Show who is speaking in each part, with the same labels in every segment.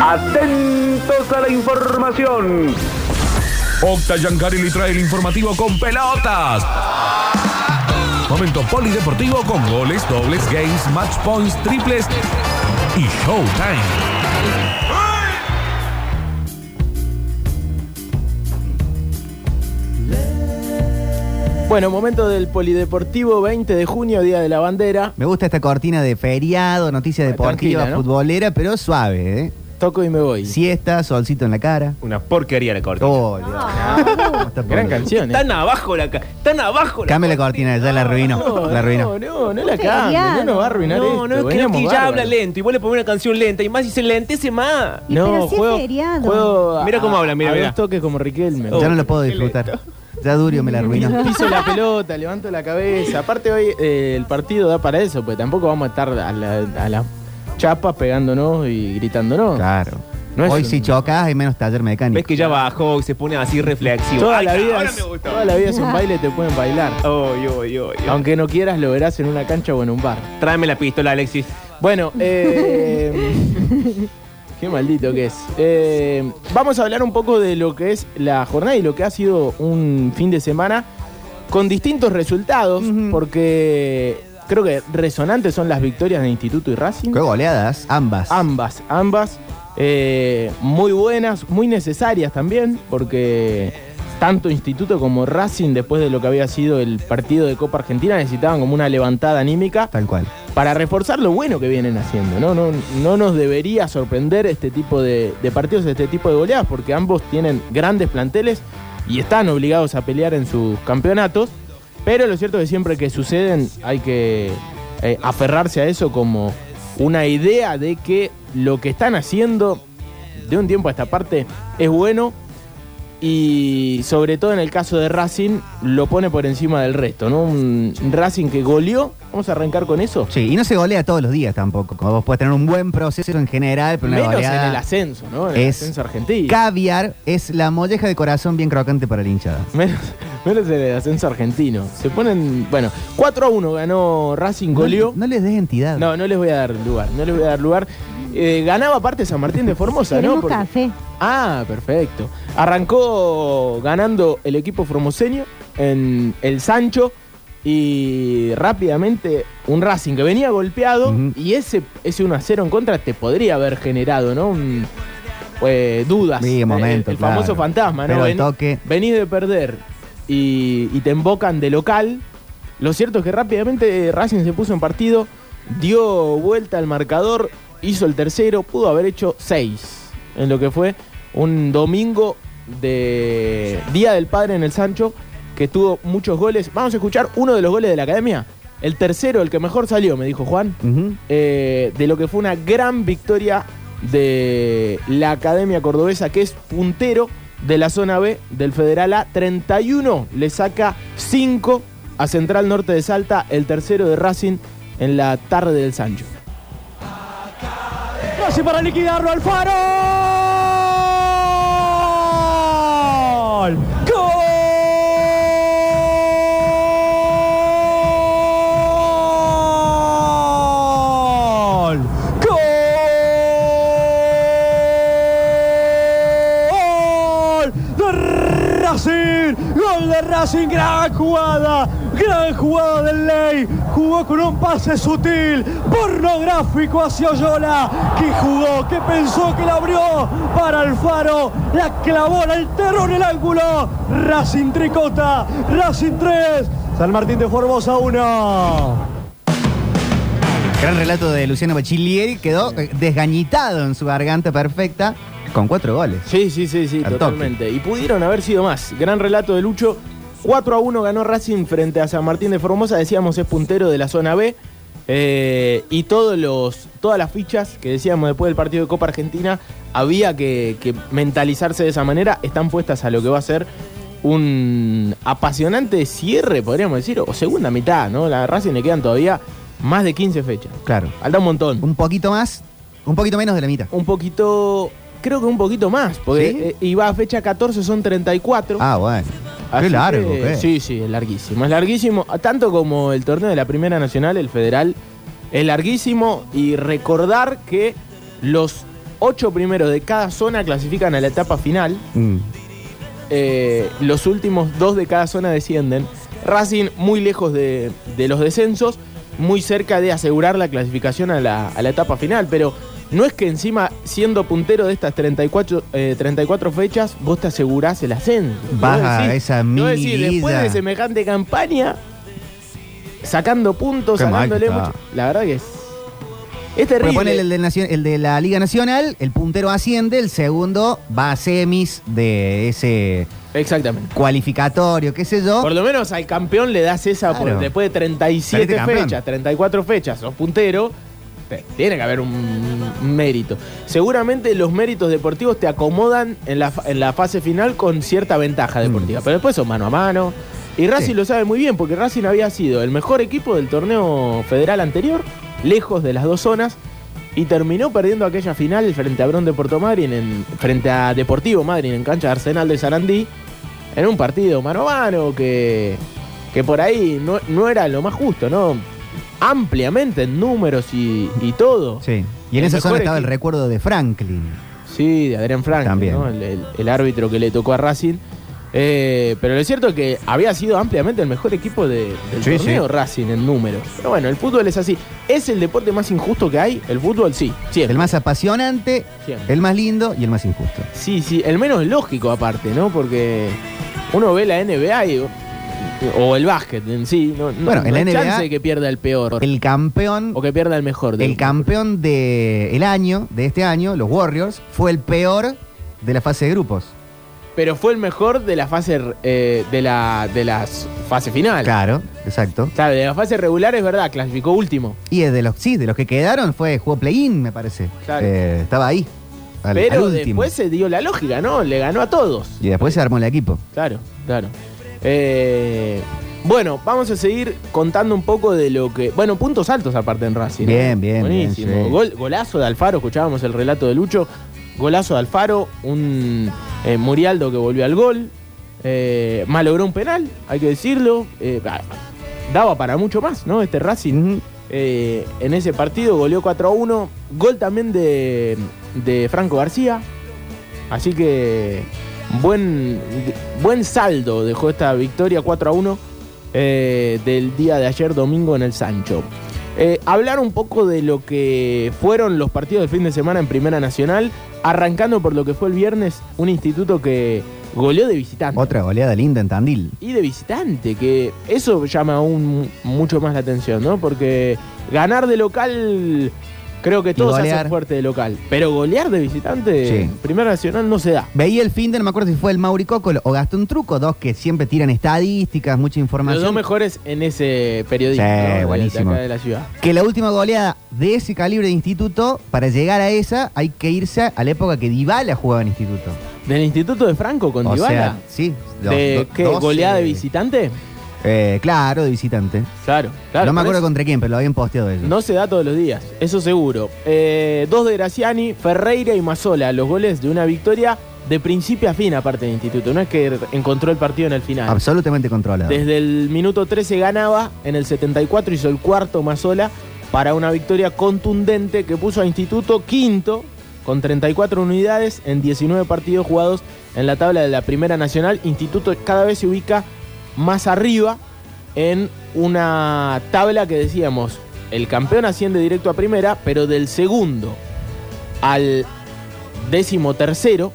Speaker 1: Atentos a la información.
Speaker 2: Octa Yancari le trae el informativo con pelotas. Momento polideportivo con goles, dobles, games, match points, triples y showtime.
Speaker 3: Bueno, momento del Polideportivo, 20 de junio, Día de la Bandera.
Speaker 4: Me gusta esta cortina de feriado, noticias deportivas,
Speaker 3: tranquila, ¿no?
Speaker 4: futbolera, pero suave, ¿eh?
Speaker 3: Toco y me voy.
Speaker 4: Siesta, solcito en la cara.
Speaker 5: Una porquería la cortina.
Speaker 4: Oh, Dios. ¿Cómo está
Speaker 3: Gran
Speaker 4: poniendo?
Speaker 3: canción. ¿eh?
Speaker 5: Tan abajo la ca- tan abajo
Speaker 4: Cambia la cortina, ya la
Speaker 3: No,
Speaker 4: arruinó. La
Speaker 3: no,
Speaker 4: arruinó.
Speaker 3: no, no la cambie.
Speaker 6: Feriado.
Speaker 3: No nos va a arruinar
Speaker 5: No,
Speaker 3: esto.
Speaker 5: no, es eh, que
Speaker 3: veníamos
Speaker 5: Nati ya
Speaker 3: bárbaros.
Speaker 5: habla lento y vos le pones una canción lenta y más y se lentece más.
Speaker 6: Y pero si es feriado.
Speaker 3: juego
Speaker 5: Mira cómo
Speaker 3: a-
Speaker 5: habla, mira,
Speaker 3: a
Speaker 5: mira.
Speaker 3: dos toques como Riquelme.
Speaker 4: Ya no lo puedo disfrutar. Ya Durio me la arruinó.
Speaker 3: Piso la pelota, levanto la cabeza. Aparte hoy eh, el partido da para eso, pues tampoco vamos a estar a la, a la chapa pegándonos y gritándonos.
Speaker 4: Claro.
Speaker 3: No es
Speaker 4: Hoy
Speaker 3: un-
Speaker 4: si chocas hay menos taller
Speaker 5: Ves
Speaker 4: mecánico.
Speaker 5: que ya bajó y se pone así reflexivo.
Speaker 3: Toda,
Speaker 5: Ay,
Speaker 3: la vida
Speaker 5: ahora
Speaker 3: es,
Speaker 5: me gustó.
Speaker 3: toda la vida es un baile, te pueden bailar.
Speaker 5: Ay, ay, ay, ay.
Speaker 3: Aunque no quieras, lo verás en una cancha o en un bar.
Speaker 5: Tráeme la pistola, Alexis.
Speaker 3: Bueno, eh, qué maldito que es. Eh, vamos a hablar un poco de lo que es la jornada y lo que ha sido un fin de semana con distintos resultados, porque creo que resonantes son las victorias de Instituto y Racing.
Speaker 4: Qué goleadas, ambas.
Speaker 3: Ambas, ambas. eh, muy buenas, muy necesarias también, porque tanto Instituto como Racing, después de lo que había sido el partido de Copa Argentina, necesitaban como una levantada anímica
Speaker 4: Tal cual.
Speaker 3: para reforzar lo bueno que vienen haciendo. No, no, no nos debería sorprender este tipo de, de partidos, este tipo de goleadas, porque ambos tienen grandes planteles y están obligados a pelear en sus campeonatos. Pero lo cierto es que siempre que suceden hay que eh, aferrarse a eso como una idea de que lo que están haciendo de un tiempo a esta parte es bueno y sobre todo en el caso de Racing lo pone por encima del resto, ¿no? Un Racing que goleó, vamos a arrancar con eso.
Speaker 4: Sí, y no se golea todos los días tampoco. Como vos puedes tener un buen proceso en general, pero una
Speaker 3: Menos en el
Speaker 4: goleada.
Speaker 3: ascenso, ¿no? En el
Speaker 4: es
Speaker 3: ascenso argentino.
Speaker 4: Caviar es la molleja de corazón bien crocante para la hinchada.
Speaker 3: Menos, menos en el ascenso argentino. Se ponen, bueno, 4 a 1 ganó Racing, goleó.
Speaker 4: No, no les des entidad.
Speaker 3: No, no les voy a dar lugar, no les voy a dar lugar. Eh, ganaba aparte San Martín de Formosa, ¿no?
Speaker 6: Queremos
Speaker 3: Porque-
Speaker 6: café.
Speaker 3: Ah, perfecto. Arrancó ganando el equipo formoseño en el Sancho y rápidamente un Racing que venía golpeado
Speaker 4: Ujú.
Speaker 3: y ese, ese 1 a 0 en contra te podría haber generado, ¿no? Un- eh, dudas.
Speaker 4: Sí,
Speaker 3: El-
Speaker 4: momento,
Speaker 3: El,
Speaker 4: claro.
Speaker 3: famoso fantasma, ¿no?
Speaker 4: Pero al
Speaker 3: Ven-
Speaker 4: toque.
Speaker 3: venís de perder y, y te invocan de local. Lo cierto es que rápidamente eh, Racing se puso en partido, dio vuelta al marcador, hizo el tercero, pudo haber hecho seis en lo que fue un domingo de Día del Padre en el Sancho, que tuvo muchos goles. Vamos a escuchar uno de los goles de la academia. El tercero, el que mejor salió, me dijo Juan
Speaker 4: Ujú.
Speaker 3: eh, de lo que fue una gran victoria de la Academia Cordobesa, que es puntero de la zona B del Federal A. 31 le saca 5 a Central Norte de Salta, el tercero de Racing en la tarde del Sancho.
Speaker 7: Pase para liquidarlo Alfaro. ¡Gol! ¡Gol! ¡Gol! Racing, gol de Racing, gran jugada, gran jugada del Ley, jugó con un pase sutil, pornográfico hacia Oyola, que jugó, que pensó que la abrió para Alfaro, la clavó, la enterró en el ángulo, Racing tricota, Racing 3, San Martín de Formosa 1.
Speaker 4: Gran relato de Luciano Bachillieri quedó eh, desgañitado en su garganta perfecta con cuatro goles.
Speaker 3: Sí, sí, sí, sí,
Speaker 4: Al
Speaker 3: totalmente. Y pudieron haber sido más. Gran relato de Lucho. 4 a 1 ganó Racing frente a San Martín de Formosa. Decíamos es puntero de la zona B. Eh, y todos los, todas las fichas que decíamos después del partido de Copa Argentina, había que, que mentalizarse de esa manera. Están puestas a lo que va a ser un apasionante cierre, podríamos decir, o segunda mitad, ¿no? La Racing le quedan todavía más de 15 fechas.
Speaker 4: Claro.
Speaker 3: Falta un montón
Speaker 4: Un poquito más, un poquito menos de la mitad.
Speaker 3: un poquito, creo que un poquito más, porque
Speaker 4: ¿Sí?
Speaker 3: eh, y va a fecha 14, son 34.
Speaker 4: Ah, bueno.
Speaker 3: Así
Speaker 4: Qué largo,
Speaker 3: que-
Speaker 4: ¿qué?
Speaker 3: Sí, sí, es larguísimo. Es larguísimo, tanto como el torneo de la Primera Nacional, el Federal, es larguísimo y recordar que los ocho primeros de cada zona clasifican a la etapa final.
Speaker 4: Mm.
Speaker 3: Eh, los últimos dos de cada zona descienden. Racing muy lejos de, de los descensos, muy cerca de asegurar la clasificación a la, a la etapa final, pero no es que encima, siendo puntero de estas 34, eh, 34 fechas, vos te asegurás el ascenso.
Speaker 4: Baja
Speaker 3: Vos
Speaker 4: esa
Speaker 3: vos
Speaker 4: mini
Speaker 3: después
Speaker 4: liga.
Speaker 3: de semejante campaña, sacando puntos,
Speaker 4: Qué mal
Speaker 3: sacándole
Speaker 4: que está.
Speaker 3: mucho. La verdad que es. Es terrible.
Speaker 4: Bueno, ponele el, del nacio- el de la Liga Nacional, el puntero asciende, el segundo va a semis de ese
Speaker 3: Exactamente.
Speaker 4: cualificatorio, qué sé yo.
Speaker 3: Por lo menos al campeón le das esa por-
Speaker 4: Claro.
Speaker 3: después de 37
Speaker 4: Saliste campeón.
Speaker 3: fechas, 34 fechas, sos puntero. te- Tiene que haber un un mérito. Seguramente los méritos deportivos te acomodan en la, fa- en la fase final con cierta ventaja deportiva. Pero después son mano a mano. Y Racing
Speaker 4: Mm. Sí.
Speaker 3: lo sabe muy bien porque Racing había sido el mejor equipo del torneo federal anterior, lejos de las dos zonas. Y terminó perdiendo aquella final frente a Brón de Puerto Madryn, en, frente a Deportivo Madryn en cancha de Arsenal de Sarandí, en un partido mano a mano que, que por ahí no, no era lo más justo, ¿no? Ampliamente en números y, y todo.
Speaker 4: Sí. Y en
Speaker 3: El
Speaker 4: esa
Speaker 3: mejor
Speaker 4: zona estaba el
Speaker 3: equipo.
Speaker 4: recuerdo de Franklin.
Speaker 3: Sí, de Adrián Frank,
Speaker 4: También.
Speaker 3: ¿no? el, el- el árbitro que le tocó a Racing. Eh, pero lo cierto es que había sido ampliamente el mejor equipo de- del
Speaker 4: Sí,
Speaker 3: torneo
Speaker 4: sí.
Speaker 3: Racing en números. Pero bueno, el fútbol es así. ¿Es el deporte más injusto que hay? El fútbol sí, siempre.
Speaker 4: El más apasionante,
Speaker 3: Siempre.
Speaker 4: el más lindo y el más injusto.
Speaker 3: Sí, sí, el menos lógico aparte, ¿no? Porque uno ve la NBA y- o el básquet en sí. No, no-
Speaker 4: Bueno, en
Speaker 3: no
Speaker 4: la
Speaker 3: hay
Speaker 4: NBA
Speaker 3: chance de que pierda el peor
Speaker 4: El campeón,
Speaker 3: o que pierda el mejor. de-
Speaker 4: el campeón de el año, de este año, los Warriors, fue el peor de la fase de grupos.
Speaker 3: Pero fue el mejor de la fase eh, de la de las fase final.
Speaker 4: Claro, exacto.
Speaker 3: Claro, de la fase regular es verdad, clasificó último.
Speaker 4: Y es de los, sí, de los que quedaron fue jugó play-in, me parece.
Speaker 3: Claro.
Speaker 4: Eh, estaba ahí. al- al
Speaker 3: pero
Speaker 4: último.
Speaker 3: después se dio la lógica, ¿no? Le ganó a todos.
Speaker 4: Y después se armó el equipo.
Speaker 3: Claro, claro. Eh, bueno, vamos a seguir contando un poco de lo que. Bueno, puntos altos aparte en Racing.
Speaker 4: Bien,
Speaker 3: ¿eh?
Speaker 4: bien,
Speaker 3: Buenísimo.
Speaker 4: bien, sí.
Speaker 3: Gol- golazo de Alfaro, escuchábamos el relato de Lucho. Golazo de Alfaro, un eh, Murialdo que volvió al gol. Eh, malogró un penal, hay que decirlo. Eh, ah, daba para mucho más, ¿no? Este Racing.
Speaker 4: Ujú.
Speaker 3: Eh, en ese partido goleó 4 a 1. Gol también de, de Franco García. Así que buen, buen saldo dejó esta victoria 4 a 1 eh, del día de ayer domingo en el Sancho. Eh, hablar un poco de lo que fueron los partidos del fin de semana en Primera Nacional, arrancando por lo que fue el viernes, un instituto que goleó de visitante.
Speaker 4: Otra goleada linda en Tandil.
Speaker 3: Y de visitante, que eso llama aún mucho más la atención, ¿no? Porque ganar de local, creo que todos
Speaker 4: golear.
Speaker 3: hacen fuerte de local. Pero golear de visitante,
Speaker 4: Sí.
Speaker 3: en Primera Nacional no se da.
Speaker 4: Veía el fin de, no me acuerdo si fue el Mauri Cocol o Gastón Truco, dos que siempre tiran estadísticas, mucha
Speaker 3: Los
Speaker 4: información.
Speaker 3: dos mejores en ese periodismo
Speaker 4: Sí,
Speaker 3: ¿no? de- de
Speaker 4: buenísimo.
Speaker 3: acá de la ciudad.
Speaker 4: Que la última goleada de ese calibre de instituto, para llegar a esa, hay que irse a la época que Dybala jugaba en instituto.
Speaker 3: Del Instituto de Franco con
Speaker 4: o
Speaker 3: Dybala.
Speaker 4: sea, sí. do-
Speaker 3: ¿De
Speaker 4: do-
Speaker 3: qué?
Speaker 4: 12,
Speaker 3: ¿Goleada de visitante?
Speaker 4: Eh, claro, de visitante.
Speaker 3: Claro, claro.
Speaker 4: no me
Speaker 3: por
Speaker 4: acuerdo
Speaker 3: eso.
Speaker 4: contra quién, pero lo habían posteado ellos.
Speaker 3: No se da todos los días, eso seguro. Eh, dos de Graciani, Ferreira y Mazola, los goles de una victoria de principio a fin aparte del instituto. No es que encontró el partido en el final.
Speaker 4: Absolutamente controlado.
Speaker 3: Desde el minuto 13 ganaba, en el 74 hizo el cuarto Mazola para una victoria contundente que puso a Instituto quinto con 34 unidades en 19 partidos jugados en la tabla de la Primera Nacional. Instituto cada vez se ubica más arriba en una tabla que decíamos, el campeón asciende directo a primera, pero del segundo al décimo tercero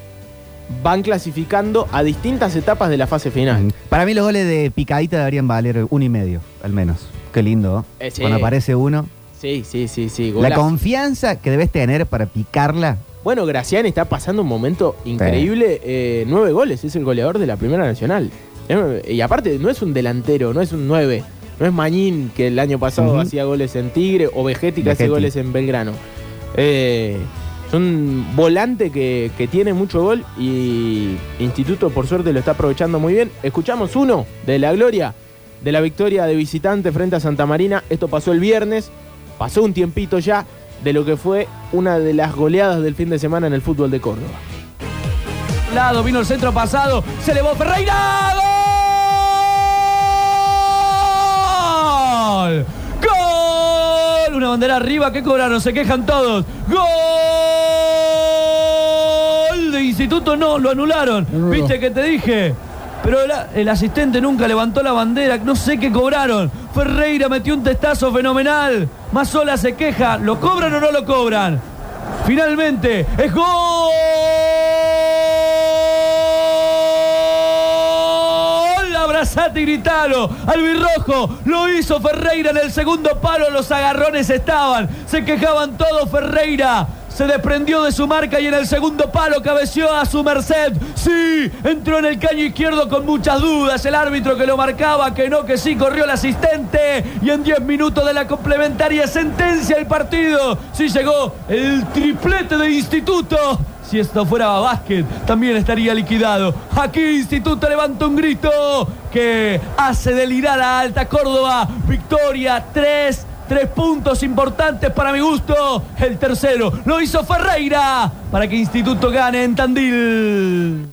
Speaker 3: van clasificando a distintas etapas de la fase final.
Speaker 4: Mm. Para mí los goles de picadita deberían valer un y medio, al menos. Qué lindo. ¿oh?
Speaker 3: Eh, sí.
Speaker 4: Cuando aparece uno.
Speaker 3: Sí, sí, sí, sí.
Speaker 4: La
Speaker 3: golazo.
Speaker 4: confianza que debes tener para picarla.
Speaker 3: Bueno, Gracián está pasando un momento increíble. eh, nueve goles, es el goleador de la Primera Nacional. Eh, Y aparte, no es un delantero, no es un nueve. No es Mañín, que el año pasado
Speaker 4: Ujú.
Speaker 3: hacía goles en Tigre, o Vegetti, que hace
Speaker 4: Vegetti.
Speaker 3: goles en Belgrano. Eh, es un volante que, que tiene mucho gol y Instituto, por suerte, lo está aprovechando muy bien. Escuchamos uno de la gloria de la victoria de visitante frente a Santa Marina. Esto pasó el viernes, pasó un tiempito ya de lo que fue una de las goleadas del fin de semana en el fútbol de Córdoba.
Speaker 7: lado, vino el centro pasado, se elevó Ferreira. ¡Gol! ¡Gol! Una bandera arriba que cobraron, se quejan todos. ¡Gol!
Speaker 6: instituto no, lo anularon. ¿Viste que te dije? Pero el, el asistente nunca levantó la bandera, no sé qué cobraron. Ferreira metió un testazo fenomenal. Mazola se queja, ¿lo cobran o no lo cobran? Finalmente, es gol. Abrazate y gritalo. Albirrojo lo hizo Ferreira en el segundo palo. Los agarrones estaban. Se quejaban todos Ferreira. Se desprendió de su marca y en el segundo palo cabeció a su merced. Sí, entró en el caño izquierdo con muchas dudas. El árbitro que lo marcaba, que no, que sí, corrió el asistente. Y en 10 minutos de la complementaria sentencia el partido. Sí llegó el triplete de instituto. Si esto fuera básquet, también estaría liquidado. Aquí Instituto levanta un grito que hace delirar a Alta Córdoba. Victoria 3. Tres puntos importantes para mi gusto. El tercero lo hizo Ferreira para que Instituto gane en Tandil.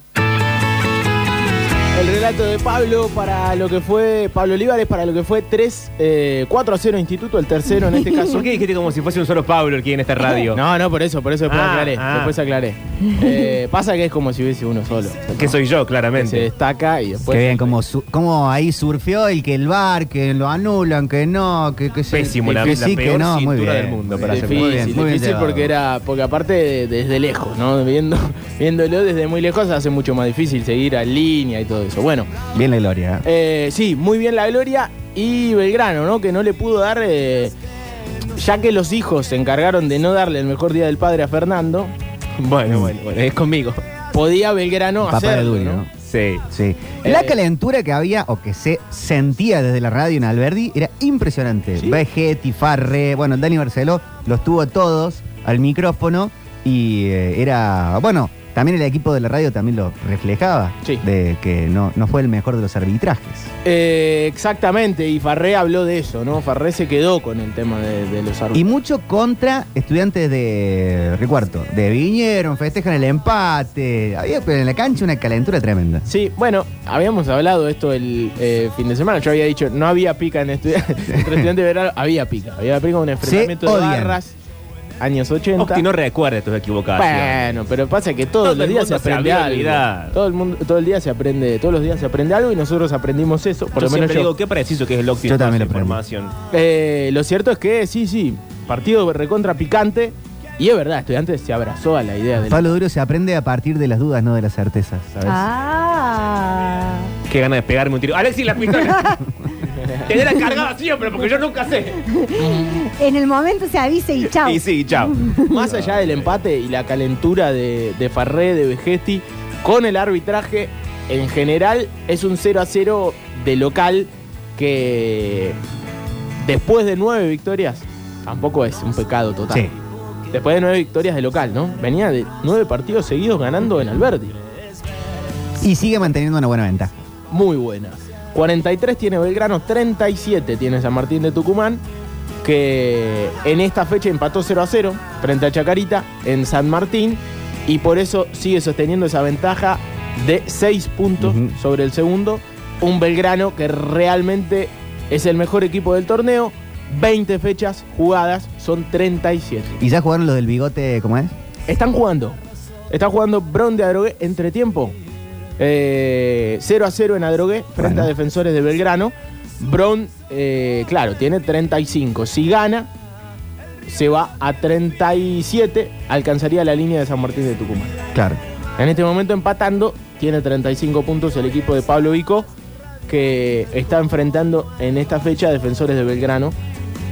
Speaker 3: El relato de Pablo para lo que fue, Pablo Olivares para lo que fue 3, eh, 4 a 0 Instituto, el tercero en este caso.
Speaker 5: ¿Por qué dijiste como si fuese un solo Pablo aquí en esta radio?
Speaker 3: No, no, por eso, por eso después
Speaker 5: Ah,
Speaker 3: aclaré.
Speaker 5: ah.
Speaker 3: Después aclaré. Eh, pasa que es como si hubiese uno solo.
Speaker 5: Que soy yo,
Speaker 3: Se
Speaker 5: claramente.
Speaker 3: destaca y después.
Speaker 4: Qué bien, cómo, su- cómo ahí surfió el que el bar, que lo anulan, que no, que, que se-
Speaker 5: Pésimo, la-
Speaker 4: que
Speaker 5: la peor
Speaker 4: muy
Speaker 5: cintura
Speaker 4: bien.
Speaker 5: del mundo para
Speaker 4: Muy
Speaker 5: hacer.
Speaker 4: bien,
Speaker 3: Difícil,
Speaker 4: muy bien, muy bien
Speaker 3: difícil
Speaker 4: llevado.
Speaker 3: porque era, porque aparte de- desde lejos, ¿no? Viendo, viéndolo desde muy lejos hace mucho más difícil seguir a línea y todo eso. Bueno,
Speaker 4: Bien la gloria.
Speaker 3: Eh, sí, muy bien la gloria. Y Belgrano, ¿no? Que no le pudo dar. eh, ya que los hijos se encargaron de no darle el mejor día del padre a Fernando, Mm.
Speaker 5: Bueno, bueno, bueno, es conmigo.
Speaker 3: podía Belgrano
Speaker 4: Papá de
Speaker 3: hacerlo.
Speaker 4: Duri,
Speaker 3: ¿no?
Speaker 4: ¿no?
Speaker 5: Sí.
Speaker 4: Sí. La
Speaker 3: Eh,
Speaker 4: calentura que había o que se sentía desde la radio en Alberdi era impresionante. Vegetti, Farre, bueno, el Dani Barceló los tuvo a todos al micrófono y eh, era, bueno, también el equipo de la radio también lo reflejaba,
Speaker 3: Sí.
Speaker 4: de que no, no fue el mejor de los arbitrajes.
Speaker 3: Eh, exactamente, y Farré habló de eso, ¿no? Farré se quedó con el tema de, de los
Speaker 4: Y
Speaker 3: árbitros.
Speaker 4: mucho contra estudiantes de Recuarto, de Vinieron, festejan el empate, había pero en la cancha una calentura tremenda.
Speaker 3: Sí, bueno, habíamos hablado de esto el eh, fin de semana. Yo había dicho, no había pica en estudiante, entre estudiante de verano, había pica. Había pica, un enfrentamiento de
Speaker 4: odian.
Speaker 3: barras, años 80.
Speaker 5: Octi no recuerda tus equivocaciones.
Speaker 3: Bueno, pero pasa que todos
Speaker 5: Todo
Speaker 3: los
Speaker 5: el
Speaker 3: días se
Speaker 5: mundo se
Speaker 3: aprende
Speaker 5: había
Speaker 3: algo.
Speaker 5: olvidado.
Speaker 3: Todo el mundo, todo el día se aprende, todos los días se aprende algo y nosotros aprendimos eso. Por
Speaker 5: yo
Speaker 3: lo menos
Speaker 5: siempre
Speaker 3: yo.
Speaker 5: digo, qué preciso que es el Octi.
Speaker 4: Yo
Speaker 5: en toda
Speaker 4: también lo
Speaker 5: su
Speaker 4: aprendí.
Speaker 5: información.
Speaker 3: Eh, lo cierto es que sí, sí, partido recontra picante y es verdad, estudiantes se abrazó a la idea del
Speaker 4: Pablo Duro se aprende a partir de las dudas, no de las certezas, ¿sabes?
Speaker 8: Ah.
Speaker 5: Qué gana de pegarme un tiro. Alexis, la pistola. Tener la cargada siempre, porque yo nunca sé.
Speaker 8: En el momento se avisa y chao.
Speaker 5: Y sí, chao.
Speaker 3: más allá del empate y la calentura de, de Farré, de Vegetti, con el arbitraje, en general es un 0 a 0 de local que después de nueve victorias, tampoco es un pecado total.
Speaker 4: Sí.
Speaker 3: Después de nueve victorias de local, ¿no? Venía de nueve partidos seguidos ganando en Alberti.
Speaker 4: Y sigue manteniendo una buena ventaja.
Speaker 3: Muy buena. 43 tiene Belgrano, 37 tiene San Martín de Tucumán, que en esta fecha empató 0 a 0 frente a Chacarita en San Martín y por eso sigue sosteniendo esa ventaja de 6 puntos
Speaker 4: Ujú.
Speaker 3: sobre el segundo. Un Belgrano que realmente es el mejor equipo del torneo. 20 fechas jugadas, son 37.
Speaker 4: ¿Y ya jugaron los del bigote, cómo es?
Speaker 3: Están jugando. Está jugando Bron de Adrogué entre tiempo. Eh, 0 a 0 en Adrogué frente
Speaker 4: Bueno.
Speaker 3: a defensores de Belgrano. Bron, eh, claro, tiene 35. Si gana, se va a 37. Alcanzaría la línea de San Martín de Tucumán.
Speaker 4: Claro.
Speaker 3: En este momento empatando, tiene 35 puntos el equipo de Pablo Vico, que está enfrentando en esta fecha a defensores de Belgrano,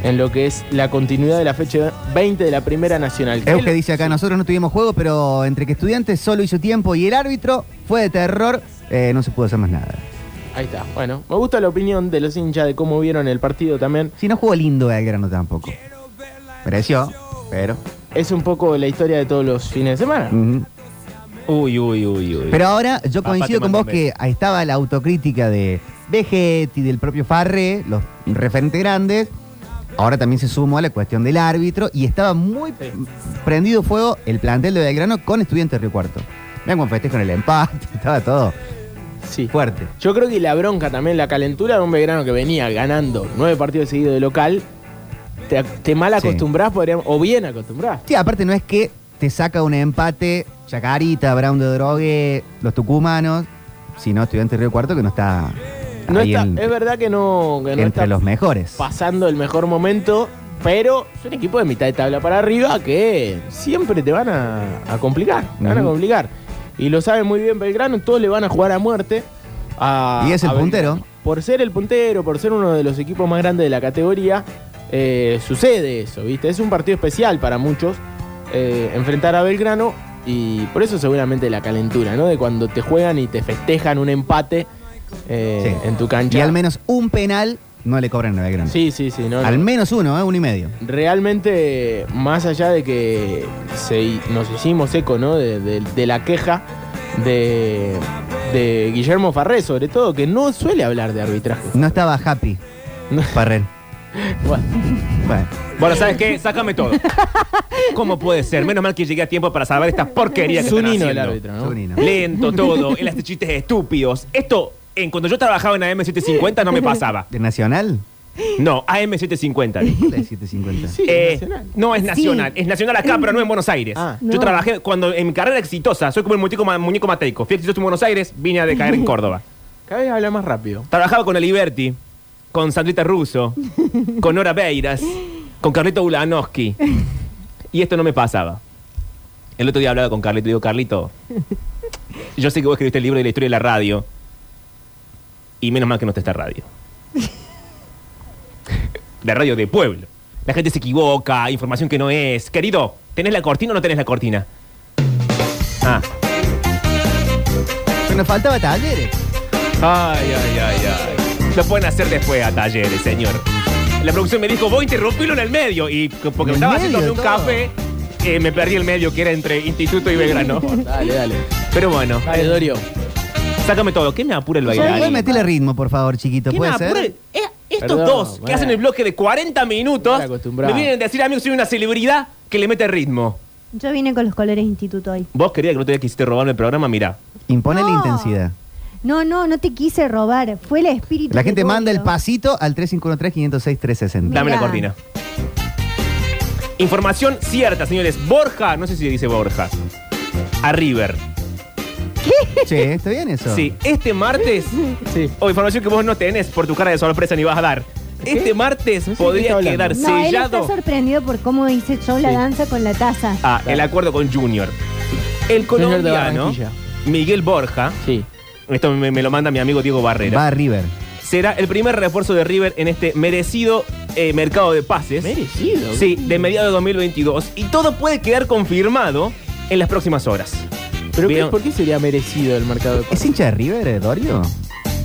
Speaker 3: en lo que es la continuidad de la fecha 20 de la Primera Nacional.
Speaker 4: Es que dice acá, nosotros no tuvimos juego, pero entre que estudiantes solo hizo tiempo y el árbitro fue de terror, eh, no se pudo hacer más nada.
Speaker 3: Ahí está, bueno, me gusta la opinión de los hinchas de cómo vieron el partido también.
Speaker 4: Si no jugó lindo Belgrano tampoco. Mereció, pero.
Speaker 3: Es un poco la historia de todos los fines de semana.
Speaker 4: Ujú.
Speaker 5: Uy, uy, uy, uy.
Speaker 4: Pero ahora yo
Speaker 5: Papá,
Speaker 4: coincido
Speaker 5: te
Speaker 4: con
Speaker 5: mando
Speaker 4: vos
Speaker 5: un
Speaker 4: que ahí estaba la autocrítica de Vegetti, del propio Farré, los referentes grandes. Ahora también se sumó a la cuestión del árbitro y estaba muy prendido fuego el plantel de Belgrano con estudiantes de Río Cuarto. Vean cómo festejan el empate, estaba todo
Speaker 3: Sí.
Speaker 4: fuerte.
Speaker 3: Yo creo que la bronca también, la calentura de un Belgrano que venía ganando nueve partidos seguidos de local, te, te mal
Speaker 4: Sí.
Speaker 3: acostumbrás, podríamos- o bien acostumbrás.
Speaker 4: Sí, aparte no es que te saca un empate Chacarita, Brown de Drogue, los tucumanos, si no, estudiante Río Cuarto que no está,
Speaker 3: No
Speaker 4: ahí
Speaker 3: está-
Speaker 4: en-
Speaker 3: es verdad que no, que no
Speaker 4: entre
Speaker 3: está
Speaker 4: los mejores.
Speaker 3: pasando el mejor momento, pero es un equipo de mitad de tabla para arriba que siempre te van a, a complicar, te van a
Speaker 4: Ujú.
Speaker 3: complicar. Y lo sabe muy bien Belgrano, todos le van a jugar a muerte. a-
Speaker 4: Y es el
Speaker 3: a Belgrano.
Speaker 4: puntero.
Speaker 3: Por ser el puntero, por ser uno de los equipos más grandes de la categoría, eh, sucede eso, ¿viste? Es un partido especial para muchos eh, enfrentar a Belgrano y por eso seguramente la calentura, ¿no? De cuando te juegan y te festejan un empate eh,
Speaker 4: Sí.
Speaker 3: en tu cancha.
Speaker 4: Y al menos un penal no le cobran a Belgrano.
Speaker 3: Sí, sí, sí. No, no.
Speaker 4: Al menos uno, ¿eh? uno y medio.
Speaker 3: realmente, más allá de que se- nos hicimos eco ¿no? de, de- de la queja de, de Guillermo Farré, sobre todo, que no suele hablar de arbitraje.
Speaker 4: No estaba happy.
Speaker 3: No.
Speaker 4: Farrell.
Speaker 3: Bueno,
Speaker 4: Bueno,
Speaker 5: Bueno, ¿sabes qué? Sácame todo. ¿Cómo puede ser? Menos mal que llegué a tiempo para salvar esta porquería que
Speaker 3: es un
Speaker 5: están
Speaker 3: hino el
Speaker 5: haciendo.
Speaker 3: árbitro, ¿no?
Speaker 4: Zunino.
Speaker 5: Lento todo, él hace chistes estúpidos. Esto, en cuando yo trabajaba en AM750 no me pasaba.
Speaker 4: ¿De Nacional?
Speaker 5: No, AM750. dijo.
Speaker 4: ¿Cuál es 750?
Speaker 3: Sí,
Speaker 5: Eh,
Speaker 3: Nacional.
Speaker 5: no es nacional,
Speaker 8: Sí.
Speaker 5: es nacional acá, pero no en Buenos Aires.
Speaker 3: Ah.
Speaker 5: Yo
Speaker 8: No.
Speaker 5: trabajé cuando en mi carrera exitosa, soy como el muñeco, ma- muñeco mateico. Fui exitoso en Buenos Aires, vine a decaer en Córdoba.
Speaker 3: Cada vez habla más rápido.
Speaker 5: Trabajaba con Oliverti, con Sandrita Russo, con Nora Beiras, con Carlito Ulanowski. Y esto no me pasaba. El otro día hablaba con Carlito y digo, Carlito, yo sé que vos escribiste el libro de la historia de la radio. Y menos mal que no está esta radio. La radio de pueblo. La gente se equivoca, información que no es. Querido, ¿tenés la cortina o no tenés la cortina? Ah.
Speaker 4: Pero nos faltaba talleres.
Speaker 5: Ay, ay, ay, ay. Lo pueden hacer después a talleres, señor. La producción me dijo, voy a interrumpirlo en el medio. Y c- porque
Speaker 4: ¿En el
Speaker 5: estaba
Speaker 4: medio
Speaker 5: haciéndome un
Speaker 4: todo?
Speaker 5: café, eh, me perdí el medio que era entre Instituto y Belgrano.
Speaker 3: Dale, dale.
Speaker 5: Pero bueno,
Speaker 3: Dale, Dorio.
Speaker 5: sácame todo. ¿Qué me apura el
Speaker 4: Voy
Speaker 5: bailarín?
Speaker 4: meterle ritmo, por favor, chiquito.
Speaker 5: ¿Qué me
Speaker 4: ¿Puede
Speaker 5: apura?
Speaker 4: ser?
Speaker 5: el- Eh, estos
Speaker 3: Perdón,
Speaker 5: dos que
Speaker 3: bueno.
Speaker 5: hacen el bloque de 40 minutos
Speaker 3: Mal acostumbrado.
Speaker 5: me vienen a decir a mí que soy una celebridad que le mete ritmo.
Speaker 8: Yo vine con los colores instituto hoy.
Speaker 5: Vos querías que no te quisiste robarme el programa, mirá.
Speaker 4: Impone la
Speaker 8: No.
Speaker 4: intensidad.
Speaker 8: No, no, no te quise robar. Fue el espíritu.
Speaker 4: La
Speaker 8: que
Speaker 4: gente
Speaker 8: te
Speaker 4: manda el
Speaker 8: dio.
Speaker 4: pasito al 3513-506-360.
Speaker 5: Dame la
Speaker 8: Mirá.
Speaker 5: cortina. Información cierta, señores. Borja, no sé si dice Borja. A River.
Speaker 4: Che, ¿está bien eso?
Speaker 5: Sí, este martes,
Speaker 3: Sí.
Speaker 5: o información que vos no tenés por tu cara de sorpresa ni vas a dar. Este martes
Speaker 3: No sé de qué
Speaker 5: podría
Speaker 3: está hablando.
Speaker 5: quedar
Speaker 8: No, él está
Speaker 5: sellado Ah.
Speaker 8: sorprendido por cómo hice yo la
Speaker 3: Sí.
Speaker 8: danza con la taza.
Speaker 5: a el acuerdo con Junior. El
Speaker 3: Junior de
Speaker 5: colombiano
Speaker 3: Barranquilla.
Speaker 5: Miguel Borja,
Speaker 3: Sí.
Speaker 5: esto me, me lo manda mi amigo Diego Barrera,
Speaker 4: Va a River.
Speaker 5: será el primer refuerzo de River en este merecido eh, mercado de pases.
Speaker 3: Merecido.
Speaker 5: Sí, de mediados de 2022. Y todo puede quedar confirmado en las próximas horas.
Speaker 3: Pero qué-
Speaker 5: Bien.
Speaker 3: ¿por qué sería merecido el mercado de
Speaker 4: ¿Es
Speaker 3: pases?
Speaker 4: hincha de River, eh, Dorio?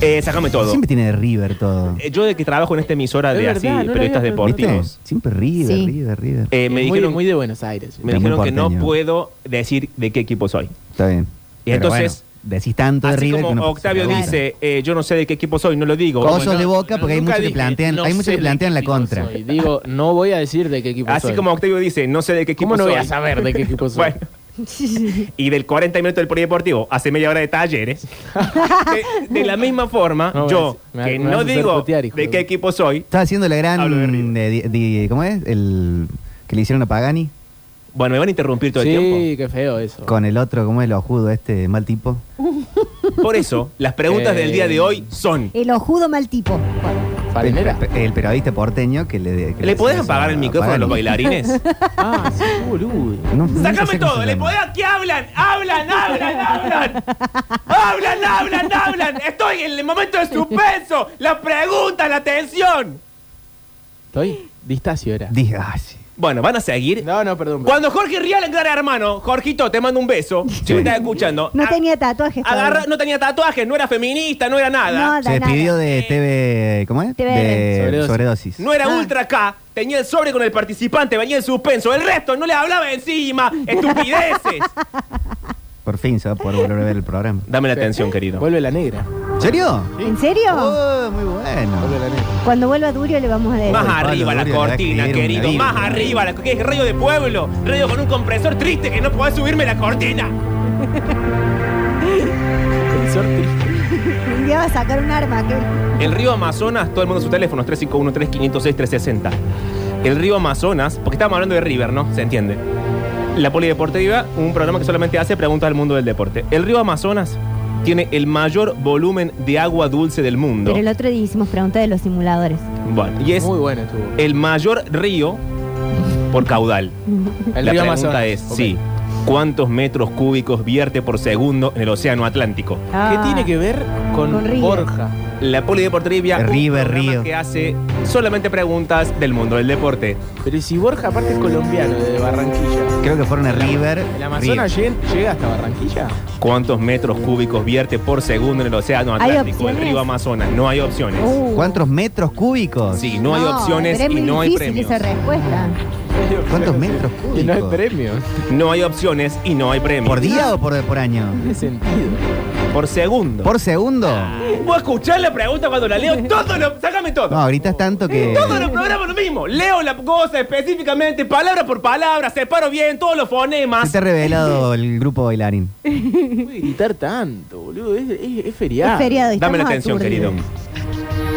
Speaker 5: Eh, sácame todo.
Speaker 4: Siempre tiene de River todo.
Speaker 5: Eh, Yo de que trabajo en esta emisora
Speaker 3: Es
Speaker 5: de
Speaker 3: verdad,
Speaker 5: así,
Speaker 3: no lo había
Speaker 5: periodistas
Speaker 3: preguntado.
Speaker 4: ¿Viste?
Speaker 5: deportivos,
Speaker 4: Siempre River,
Speaker 8: Sí.
Speaker 4: River, River.
Speaker 5: eh, me
Speaker 3: muy,
Speaker 5: dijeron,
Speaker 3: muy de Buenos Aires.
Speaker 4: Está
Speaker 5: me
Speaker 4: muy
Speaker 5: dijeron que no
Speaker 4: porteño.
Speaker 5: puedo decir de qué equipo soy.
Speaker 4: Está bien.
Speaker 5: Y entonces,
Speaker 4: bueno, decís tanto de
Speaker 5: Así
Speaker 4: River. que
Speaker 5: como
Speaker 4: uno-
Speaker 5: Octavio
Speaker 4: se la
Speaker 5: dice, eh, yo no sé de qué equipo soy, no lo digo.
Speaker 4: Cosas
Speaker 5: Bueno,
Speaker 4: de boca, porque hay
Speaker 3: Nunca
Speaker 4: muchos que
Speaker 3: dije,
Speaker 4: plantean,
Speaker 3: no
Speaker 4: hay muchos
Speaker 3: sé
Speaker 4: que
Speaker 3: de
Speaker 4: plantean la
Speaker 3: qué equipo
Speaker 4: contra.
Speaker 3: soy. Digo, no voy a decir de qué equipo
Speaker 5: así
Speaker 3: soy.
Speaker 5: como Octavio dice, no sé de qué equipo
Speaker 3: ¿Cómo no
Speaker 5: soy.
Speaker 3: voy a saber de qué equipo soy?
Speaker 5: Bueno, y del 40 minutos del polideportivo hace media hora de talleres. De, de la misma forma,
Speaker 3: No, me
Speaker 5: yo,
Speaker 3: vas- me
Speaker 5: que
Speaker 3: vas- me vas
Speaker 5: no
Speaker 3: a hacer
Speaker 5: digo
Speaker 3: putear, hijo
Speaker 5: de
Speaker 3: de-
Speaker 5: qué equipo soy,
Speaker 4: Estaba haciendo la gran.
Speaker 5: Hablo de
Speaker 4: de-
Speaker 5: River.
Speaker 4: de- ¿Cómo es? El que le hicieron a Pagani.
Speaker 5: bueno, me van a interrumpir todo
Speaker 3: sí,
Speaker 5: el tiempo.
Speaker 3: qué feo eso.
Speaker 4: Con el otro, ¿cómo es? El ojudo, este mal tipo.
Speaker 5: Por eso, las preguntas
Speaker 3: Eh.
Speaker 5: del día de hoy son...
Speaker 8: El ojudo mal tipo.
Speaker 3: Farinera.
Speaker 4: El, el periodista porteño que le. que
Speaker 5: ¿Le podés
Speaker 4: decía
Speaker 5: apagar el micrófono a los
Speaker 4: Pagani.
Speaker 5: bailarines?
Speaker 3: Ah, sí, boludo.
Speaker 4: No, nunca
Speaker 5: ¡Sácame
Speaker 4: sé cómo
Speaker 5: todo!
Speaker 4: se
Speaker 5: ¡Le
Speaker 4: llama.
Speaker 5: podés aquí! ¡Hablan! ¡Hablan! ¡Hablan! ¡Hablan! ¡Hablan! ¡Hablan! ¡Hablan! ¡Estoy en el momento de suspenso! ¡La pregunta! ¡La tensión!
Speaker 3: Estoy distacio era.
Speaker 4: Dije, ah, sí.
Speaker 5: Bueno, van a seguir.
Speaker 3: No, no, perdón. perdón.
Speaker 5: Cuando Jorge Rial encara hermano, Jorgito, te mando un beso. Si me estás escuchando.
Speaker 8: No
Speaker 5: A-
Speaker 8: tenía tatuajes.
Speaker 5: Ah. agarra-
Speaker 8: todavía.
Speaker 5: no tenía tatuajes, no era feminista, no era nada.
Speaker 8: No,
Speaker 4: Se
Speaker 8: da nada.
Speaker 4: despidió de TV. ¿Cómo es?
Speaker 8: TV.
Speaker 4: De
Speaker 3: Sobredosis.
Speaker 4: sobredosis.
Speaker 5: No era ultra K, tenía el sobre con el participante, venía el suspenso. El resto no le hablaba encima. ¡Estupideces!
Speaker 4: Por fin se va a poder volver a ver el programa.
Speaker 5: Dame la atención, querido.
Speaker 3: eh, Vuelve la negra.
Speaker 4: ¿En serio?
Speaker 8: ¿En serio?
Speaker 4: Oh, muy
Speaker 3: Vuelve
Speaker 4: bueno.
Speaker 3: la negra.
Speaker 8: Cuando vuelva Durio le vamos a decir.
Speaker 5: Más
Speaker 4: Pablo
Speaker 5: arriba la
Speaker 4: Durio le va a
Speaker 5: cortina,
Speaker 4: escribir una
Speaker 5: querido.
Speaker 4: Biblia.
Speaker 5: Más arriba, la, que es radio de pueblo. Radio con un compresor triste que no podés subirme la cortina.
Speaker 3: Sensor triste.
Speaker 8: Un día va a sacar un arma. que-
Speaker 5: El río Amazonas, todo el mundo sus teléfonos, 351-3506-360. El río Amazonas, porque estábamos hablando de River, ¿no? Se entiende. La Polideportiva, un programa que solamente hace preguntas del mundo del deporte. El río Amazonas tiene el mayor volumen de agua dulce del mundo.
Speaker 8: Pero el otro día hicimos preguntas de los simuladores.
Speaker 5: Bueno, y es
Speaker 3: Muy bueno estuvo.
Speaker 5: el mayor río por caudal.
Speaker 3: El
Speaker 5: la
Speaker 3: río
Speaker 5: pregunta
Speaker 3: Amazonas.
Speaker 5: es,
Speaker 3: Ok.
Speaker 5: sí, ¿cuántos metros cúbicos vierte por segundo en el Océano Atlántico?
Speaker 3: ¿Qué
Speaker 8: Ah.
Speaker 3: tiene que ver con,
Speaker 8: Con River.
Speaker 3: Borja?
Speaker 5: La Polideportiva, un
Speaker 4: River,
Speaker 5: programa
Speaker 4: Río.
Speaker 5: que hace solamente preguntas del mundo del deporte.
Speaker 3: Pero si Borja aparte es colombiano de Barranquilla.
Speaker 4: Creo que fueron a River.
Speaker 3: ¿El Amazonas lleg- llega hasta Barranquilla?
Speaker 5: ¿Cuántos metros cúbicos vierte por segundo en el Océano
Speaker 8: ¿Hay
Speaker 5: Atlántico? El
Speaker 8: opciones?
Speaker 5: río Amazonas. No hay opciones.
Speaker 8: Uh.
Speaker 4: River. ¿Cuántos metros cúbicos?
Speaker 5: Sí, no hay opciones
Speaker 8: pero es
Speaker 5: y
Speaker 8: muy
Speaker 5: no hay
Speaker 8: difícil
Speaker 5: premios.
Speaker 8: esa respuesta.
Speaker 4: ¿Cuántos metros
Speaker 3: Y no hay
Speaker 4: cúbicos?
Speaker 3: premios.
Speaker 5: No hay opciones y no hay premios.
Speaker 4: ¿Por día o por, por año?
Speaker 3: Tiene sentido.
Speaker 5: Por segundo.
Speaker 4: ¿Por segundo?
Speaker 5: Vos escuchás la pregunta cuando la leo, todo lo, sácame todo.
Speaker 4: No, gritas tanto que.
Speaker 5: Todos los programas lo mismo. Leo la cosa específicamente, palabra por palabra, separo bien todos los
Speaker 4: Se
Speaker 5: fonemas.
Speaker 4: te ha revelado el grupo bailarín.
Speaker 3: Puede gritar tanto, boludo. Es, es- es feriado.
Speaker 8: Es feriado y
Speaker 5: Dame la
Speaker 8: estamos
Speaker 5: atención,
Speaker 8: aturdidos.
Speaker 5: querido.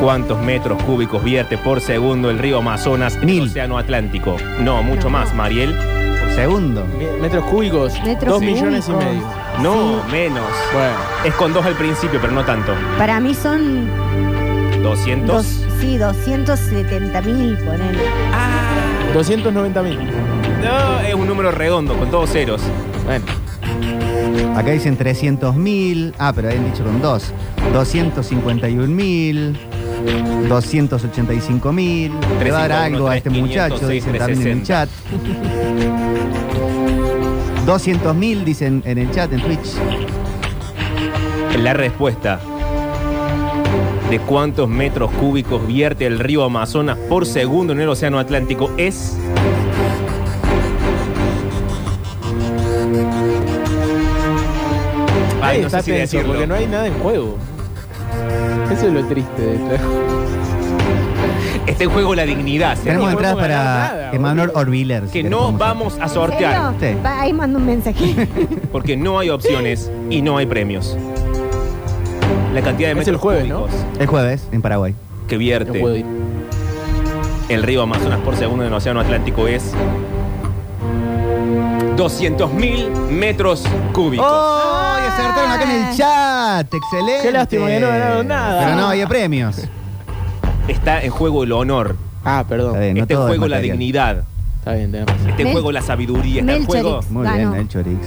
Speaker 5: ¿Cuántos metros cúbicos vierte por segundo el río Amazonas en el
Speaker 4: Mil.
Speaker 5: Océano Atlántico? No, mucho
Speaker 8: No.
Speaker 5: más, Mariel.
Speaker 4: Por segundo.
Speaker 3: Me- Metros cúbicos.
Speaker 8: Metros
Speaker 3: dos millones y
Speaker 8: cúbicos.
Speaker 3: medio.
Speaker 5: No, menos.
Speaker 3: Bueno.
Speaker 5: Es con dos al principio, pero no tanto.
Speaker 8: Para mí son
Speaker 5: ¿200?
Speaker 8: dos, sí, 270 mil, ponele.
Speaker 3: 290 mil.
Speaker 5: No, es un número redondo, con todos ceros.
Speaker 3: Bueno.
Speaker 4: Acá dicen 300.000. Ah, pero habían dicho con dos. 251.000. 285.000. Le va a dar
Speaker 5: 351,
Speaker 4: algo a este
Speaker 5: 300,
Speaker 4: muchacho, dicen
Speaker 5: 6,
Speaker 4: también en el chat. 200.000 dicen en el chat, en Twitch.
Speaker 5: La respuesta de cuántos metros cúbicos vierte el río Amazonas por segundo en el Océano Atlántico es... Ay,
Speaker 3: Ahí
Speaker 5: no
Speaker 3: está
Speaker 5: sé si
Speaker 3: tenso,
Speaker 5: decirlo.
Speaker 3: porque no hay nada en juego. Eso es lo triste de esto.
Speaker 5: Está en Este juego la dignidad. ¿sí?
Speaker 4: Tenemos
Speaker 3: no
Speaker 4: entradas
Speaker 3: podemos ganar
Speaker 4: para
Speaker 3: nada,
Speaker 4: Emanuel Orviller. si
Speaker 5: Que
Speaker 4: querés,
Speaker 5: no
Speaker 4: podemos hacer.
Speaker 5: vamos a
Speaker 8: ¿En
Speaker 5: sortear
Speaker 8: serio?
Speaker 4: Sí.
Speaker 8: Pa- Ahí mando un mensaje.
Speaker 5: porque no hay opciones y no hay premios. La cantidad de
Speaker 3: Es el
Speaker 5: metros
Speaker 3: jueves, ¿no?
Speaker 5: cúbicos
Speaker 4: El jueves, en Paraguay.
Speaker 5: que
Speaker 3: No
Speaker 5: vierte
Speaker 3: puedo ir.
Speaker 5: el río Amazonas por segundo en el Océano Atlántico es 200.000 metros cúbicos.
Speaker 4: ¡Oh! Y acertaron acá en el chat. ¡Excelente!
Speaker 3: Qué lástima que no ganaron nada.
Speaker 4: Pero no había premios.
Speaker 5: Este Está en juego el honor,
Speaker 3: Ah,
Speaker 4: Está
Speaker 3: perdón.
Speaker 4: bien, no
Speaker 5: está en
Speaker 4: todo es
Speaker 5: juego la
Speaker 4: material.
Speaker 5: dignidad,
Speaker 3: Está bien, tenés razón.
Speaker 5: está en
Speaker 8: Mel-
Speaker 5: juego la sabiduría, está en
Speaker 8: Melchorix.
Speaker 5: juego
Speaker 4: Muy
Speaker 8: Ganó.
Speaker 4: bien, el Chorix.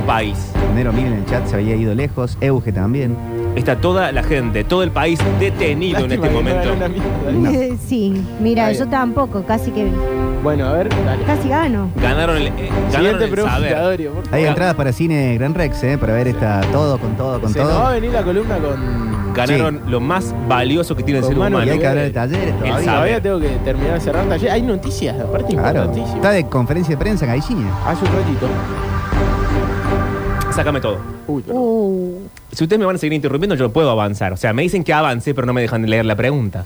Speaker 5: un país.
Speaker 4: Nero Mil en el chat se había ido lejos. Euge también.
Speaker 5: Está toda la gente, todo el país detenido en
Speaker 3: Lástima
Speaker 5: este
Speaker 3: que no ganó una
Speaker 5: momento.
Speaker 3: mierda.
Speaker 8: sí, mira,
Speaker 3: Está bien.
Speaker 8: yo tampoco, casi que
Speaker 3: Bueno, a ver, dale.
Speaker 8: casi gano.
Speaker 5: Ganaron el, eh, ganaron
Speaker 3: Siguiente
Speaker 5: el
Speaker 3: pregunta,
Speaker 5: saber.
Speaker 3: Dorio. por favor.
Speaker 4: Hay
Speaker 5: Hola.
Speaker 4: entradas para cine Gran Rex, ¿eh? Para ver esta todo con todo con
Speaker 3: Se nos va a
Speaker 4: todo.
Speaker 3: venir la columna con.
Speaker 5: Ganaron lo más valioso que tiene el
Speaker 3: Con
Speaker 5: ser
Speaker 3: mano
Speaker 4: Y
Speaker 5: humano.
Speaker 4: hay que
Speaker 3: Bueno,
Speaker 4: hablar de talleres
Speaker 5: El
Speaker 4: todavía.
Speaker 5: sábado.
Speaker 3: Todavía tengo que terminar de cerrar taller. Hay noticias, aparte
Speaker 4: Claro.
Speaker 3: importantísimas.
Speaker 4: Está de conferencia de prensa en Gaichinha.
Speaker 3: Hace un ratito.
Speaker 5: Sácame todo.
Speaker 3: Uy, perdón.
Speaker 8: Uh,
Speaker 5: Si ustedes me van a seguir interrumpiendo, yo no puedo avanzar. O sea, me dicen que avance, pero no me dejan leer la pregunta.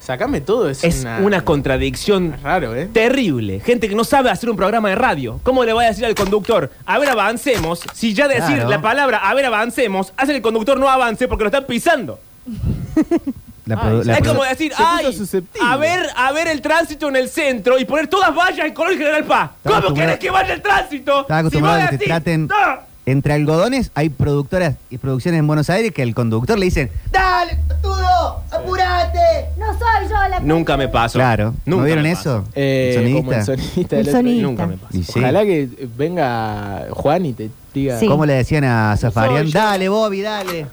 Speaker 3: Sacame todo, es,
Speaker 5: Es una contradicción
Speaker 3: Es raro, ¿eh?
Speaker 5: Terrible. Gente que no sabe hacer un programa de radio. ¿Cómo le va a decir al conductor? A ver, avancemos. Si ya decir
Speaker 4: Claro.
Speaker 5: la palabra, a ver, avancemos, hace que el conductor no avance porque lo están pisando.
Speaker 4: La
Speaker 3: Ay,
Speaker 4: produ- la
Speaker 5: es
Speaker 4: produ-
Speaker 5: como decir,
Speaker 3: se puso
Speaker 5: ay,
Speaker 3: susceptible".
Speaker 5: a ver, a ver el tránsito en el centro y poner todas vallas en color general paz. ¿Cómo
Speaker 4: acostumbrado-
Speaker 5: querés que vaya el tránsito?
Speaker 4: Estaba
Speaker 5: si vos
Speaker 4: acostumbrado a que te
Speaker 5: decís,
Speaker 4: traten.
Speaker 5: "Ah".
Speaker 4: Entre algodones hay productoras y producciones en Buenos Aires que al conductor le dicen.
Speaker 8: no soy yo la
Speaker 5: Nunca me pasó.
Speaker 4: Claro.
Speaker 5: Nunca
Speaker 4: ¿No vieron
Speaker 5: me pasó.
Speaker 4: eso?
Speaker 3: Eh,
Speaker 4: el
Speaker 3: como
Speaker 4: sonidista.
Speaker 3: el sonidista del
Speaker 8: El
Speaker 3: otro día.
Speaker 8: sonidista.
Speaker 5: Nunca me pasó.
Speaker 4: Y sí.
Speaker 3: Ojalá que venga Juan y te diga.
Speaker 8: Sí.
Speaker 4: ¿Cómo le decían a Zafarian?
Speaker 3: soy yo.
Speaker 4: Dale, Bobby, dale.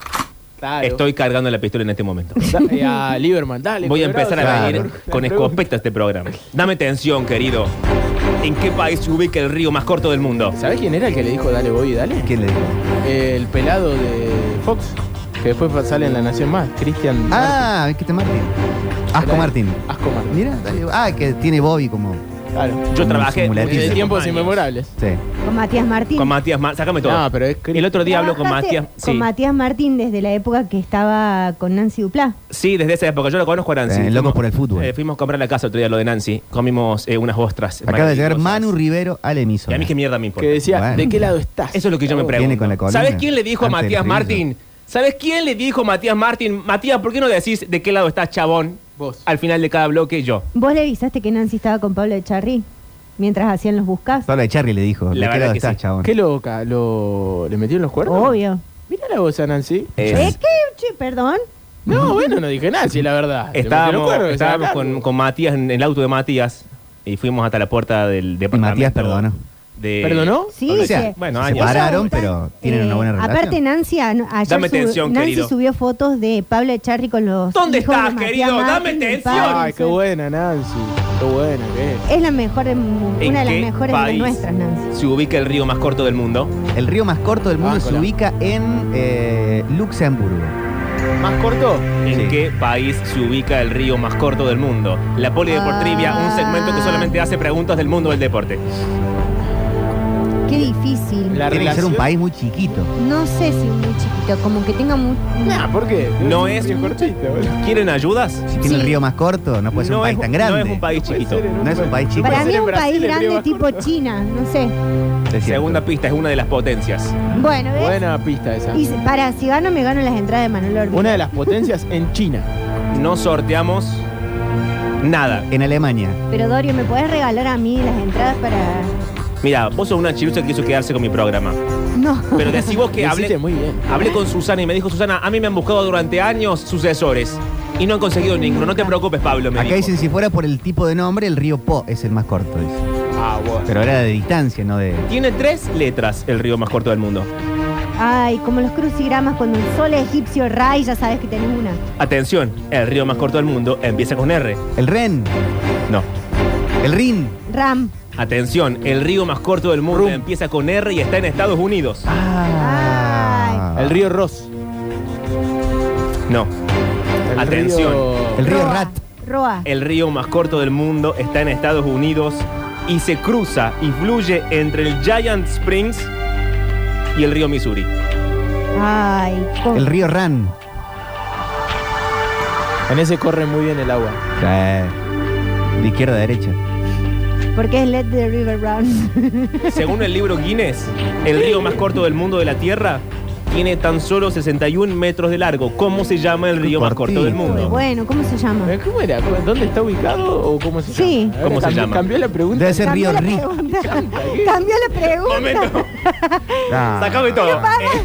Speaker 3: Claro.
Speaker 5: Estoy cargando la pistola en este momento.
Speaker 3: Da- eh, a Lieberman, dale.
Speaker 5: Voy a
Speaker 3: Colorado,
Speaker 5: empezar a
Speaker 3: dale.
Speaker 5: venir
Speaker 3: Claro.
Speaker 5: con escopeta a este programa. Dame tensión, querido. ¿En qué país se ubica el río más corto del mundo?
Speaker 3: ¿Sabés quién era el que le dijo dale Bobby, dale?
Speaker 4: ¿Quién le dijo?
Speaker 3: El pelado de Fox, que después sale en La Nación Más, Cristian.
Speaker 4: Ah, es que está Martín. Asco Martín.
Speaker 3: Martin. Asco Martin.
Speaker 4: Mira, dale. Ah, que tiene Bobby como.
Speaker 3: Claro.
Speaker 5: Yo
Speaker 4: Un
Speaker 5: trabajé
Speaker 4: simulativo.
Speaker 3: Desde
Speaker 5: muchísimos
Speaker 3: tiempos
Speaker 5: años
Speaker 3: inmemorables.
Speaker 4: Sí.
Speaker 8: Con Matías Martín.
Speaker 5: Con Matías Martín. Sácame todo.
Speaker 3: No, pero es Cristian.
Speaker 5: El otro día hablo con
Speaker 8: Trabajaste
Speaker 5: Matías. Sí.
Speaker 8: Con Matías Martín desde la época que estaba con Nancy Duplá.
Speaker 5: sí, desde esa época. Yo lo conozco a Nancy.
Speaker 4: Eh,
Speaker 5: Fuimos-
Speaker 4: locos por el fútbol.
Speaker 5: eh, fuimos a comprar la casa el otro día, lo de Nancy. Comimos eh, unas ostras.
Speaker 4: Acaba de llegar
Speaker 5: maravillosas.
Speaker 4: Manu Rivero al
Speaker 5: Y
Speaker 4: emisor.
Speaker 5: a mí qué mierda me importa.
Speaker 3: Que decía,
Speaker 4: Bueno.
Speaker 3: ¿de qué lado estás?
Speaker 5: Eso es lo que yo me
Speaker 3: Oh,
Speaker 5: pregunto.
Speaker 4: con la columna.
Speaker 5: ¿Sabes quién le dijo a
Speaker 4: Antes del
Speaker 5: Matías
Speaker 4: friso.
Speaker 5: Martín? ¿Sabes quién le dijo a Matías Martín? Matías, ¿por qué no decís de qué lado estás, chabón?
Speaker 3: Vos.
Speaker 5: Al final de cada bloque, yo.
Speaker 8: ¿Vos le avisaste que Nancy estaba con Pablo Echarri? mientras hacían los buscas.
Speaker 4: Solo de Charlie le dijo.
Speaker 5: La
Speaker 4: me
Speaker 5: verdad
Speaker 4: quedo
Speaker 5: que
Speaker 4: estás,
Speaker 5: sí.
Speaker 4: chabón.
Speaker 3: Qué loca, lo... ¿le metieron los cuernos?
Speaker 8: Obvio.
Speaker 3: Mira la voz, Nancy.
Speaker 5: Eh,
Speaker 8: ¿Eh? ¿Qué? Che, perdón.
Speaker 3: No, bueno, no dije nada, sí, la verdad. Le metieron
Speaker 5: Estábamos,
Speaker 3: cuernos,
Speaker 5: estábamos
Speaker 3: acá.
Speaker 5: con, con Matías en el auto de Matías y fuimos hasta la puerta del departamento.
Speaker 4: Matías perdonó.
Speaker 5: de-
Speaker 3: ¿Perdonó?
Speaker 8: Sí,
Speaker 4: O sea,
Speaker 8: que-
Speaker 5: Bueno,
Speaker 4: se
Speaker 5: años.
Speaker 4: separaron, pero tienen una buena relación.
Speaker 8: Eh, Aparte, Nancy, a- ayer
Speaker 5: Dame
Speaker 8: subió-
Speaker 5: tensión,
Speaker 8: Nancy
Speaker 5: querido.
Speaker 8: subió fotos de Pablo Echarri con los.
Speaker 5: ¿Dónde
Speaker 8: hijos
Speaker 5: estás,
Speaker 8: de Matías
Speaker 5: querido?
Speaker 8: Martín
Speaker 5: Dame
Speaker 8: y
Speaker 5: tensión.
Speaker 8: Pablo.
Speaker 3: Ay, qué buena, Nancy. Qué buena que es.
Speaker 8: Es la mejor, de- una de
Speaker 5: qué
Speaker 8: las mejores
Speaker 5: país?
Speaker 8: de nuestras, Nancy.
Speaker 5: Se ubica el río más corto del mundo.
Speaker 4: El río más corto del mundo se
Speaker 3: Bájala.
Speaker 4: ubica en eh, Luxemburgo.
Speaker 3: ¿Más corto?
Speaker 5: ¿En
Speaker 4: Sí.
Speaker 5: qué país se ubica el río más corto del mundo? La Polideportrivia, un segmento que solamente hace preguntas del mundo del deporte.
Speaker 8: Qué difícil.
Speaker 3: La
Speaker 4: Tiene que ser
Speaker 3: relación-
Speaker 4: un país muy chiquito.
Speaker 8: No sé si muy chiquito, como que tenga mucho.
Speaker 3: Nah, ¿por qué?
Speaker 5: No es-
Speaker 3: Bien cortito, boludo.
Speaker 5: ¿Quieren ayudas?
Speaker 4: Si tiene el
Speaker 8: Sí.
Speaker 4: río más corto, no puede ser Pues un país
Speaker 5: es-
Speaker 4: tan grande.
Speaker 5: No es un país
Speaker 3: Puede
Speaker 5: chiquito.
Speaker 3: ser en
Speaker 4: No es un país chiquito.
Speaker 3: puede
Speaker 8: Para
Speaker 3: ser
Speaker 8: mí es
Speaker 3: en
Speaker 8: un
Speaker 3: Brasil
Speaker 8: país
Speaker 3: el río
Speaker 8: grande
Speaker 3: más
Speaker 8: tipo
Speaker 3: corto.
Speaker 8: China, no sé.
Speaker 4: Es cierto.
Speaker 5: Segunda pista, es una de las potencias.
Speaker 8: Bueno, ¿ves?
Speaker 3: Buena pista esa.
Speaker 8: Y si- para, si gano, me gano las entradas de Manuel Orbán.
Speaker 3: Una de las potencias en China.
Speaker 5: No sorteamos nada.
Speaker 4: En Alemania.
Speaker 8: Pero Dorio, ¿me puedes regalar a mí las entradas para.?
Speaker 5: Mira, vos sos una chirucha que quiso quedarse con mi programa.
Speaker 8: No.
Speaker 5: Pero decí vos que
Speaker 3: Lo hiciste
Speaker 5: hablé,
Speaker 3: muy bien.
Speaker 5: hablé con Susana y me dijo, Susana, a mí me han buscado durante años sucesores y no han conseguido ninguno. No te preocupes, Pablo, me
Speaker 4: Acá
Speaker 5: dijo.
Speaker 4: dicen, si fuera por el tipo de nombre, el río Po es el más corto. dice.
Speaker 5: Ah, bueno.
Speaker 4: Pero era de distancia, no de...
Speaker 5: Tiene tres letras el río más corto del mundo.
Speaker 8: Ay, como los crucigramas cuando el sol egipcio Ray, ya sabes que tenés una.
Speaker 5: Atención, el río más corto del mundo empieza con R.
Speaker 4: El Ren,
Speaker 5: No.
Speaker 4: el Rin.
Speaker 8: Ram.
Speaker 5: Atención, el río más corto del mundo empieza con R y está en Estados Unidos.
Speaker 4: Ah.
Speaker 3: El río Ross.
Speaker 5: No.
Speaker 3: El
Speaker 5: Atención.
Speaker 3: río-
Speaker 4: El río
Speaker 8: Roa,
Speaker 4: Rat.
Speaker 8: Roa.
Speaker 5: El río más corto del mundo está en Estados Unidos y se cruza y fluye entre el Giant Springs y el río Missouri.
Speaker 8: Ay, con-
Speaker 4: El río Ran.
Speaker 3: En ese corre muy bien el agua.
Speaker 4: De izquierda a derecha.
Speaker 8: porque es Let the River Run.
Speaker 5: Según el libro Guinness, el río más corto del mundo de la Tierra tiene tan solo 61 metros de largo. ¿Cómo se llama el río más corto del
Speaker 4: cortito.
Speaker 5: mundo?
Speaker 8: bueno, ¿cómo se llama?
Speaker 3: Eh, ¿Cómo era? ¿Cómo- ¿Dónde está ubicado o cómo se llama?
Speaker 8: Sí.
Speaker 3: Ahora
Speaker 5: ¿Cómo se
Speaker 3: cambió-
Speaker 5: llama?
Speaker 3: Cambió la pregunta.
Speaker 4: Debe ser
Speaker 8: Cambió
Speaker 4: río
Speaker 8: la
Speaker 4: Ri.
Speaker 8: pregunta. Cambió la pregunta.
Speaker 5: Momento,
Speaker 4: Ah.
Speaker 5: sacame todo.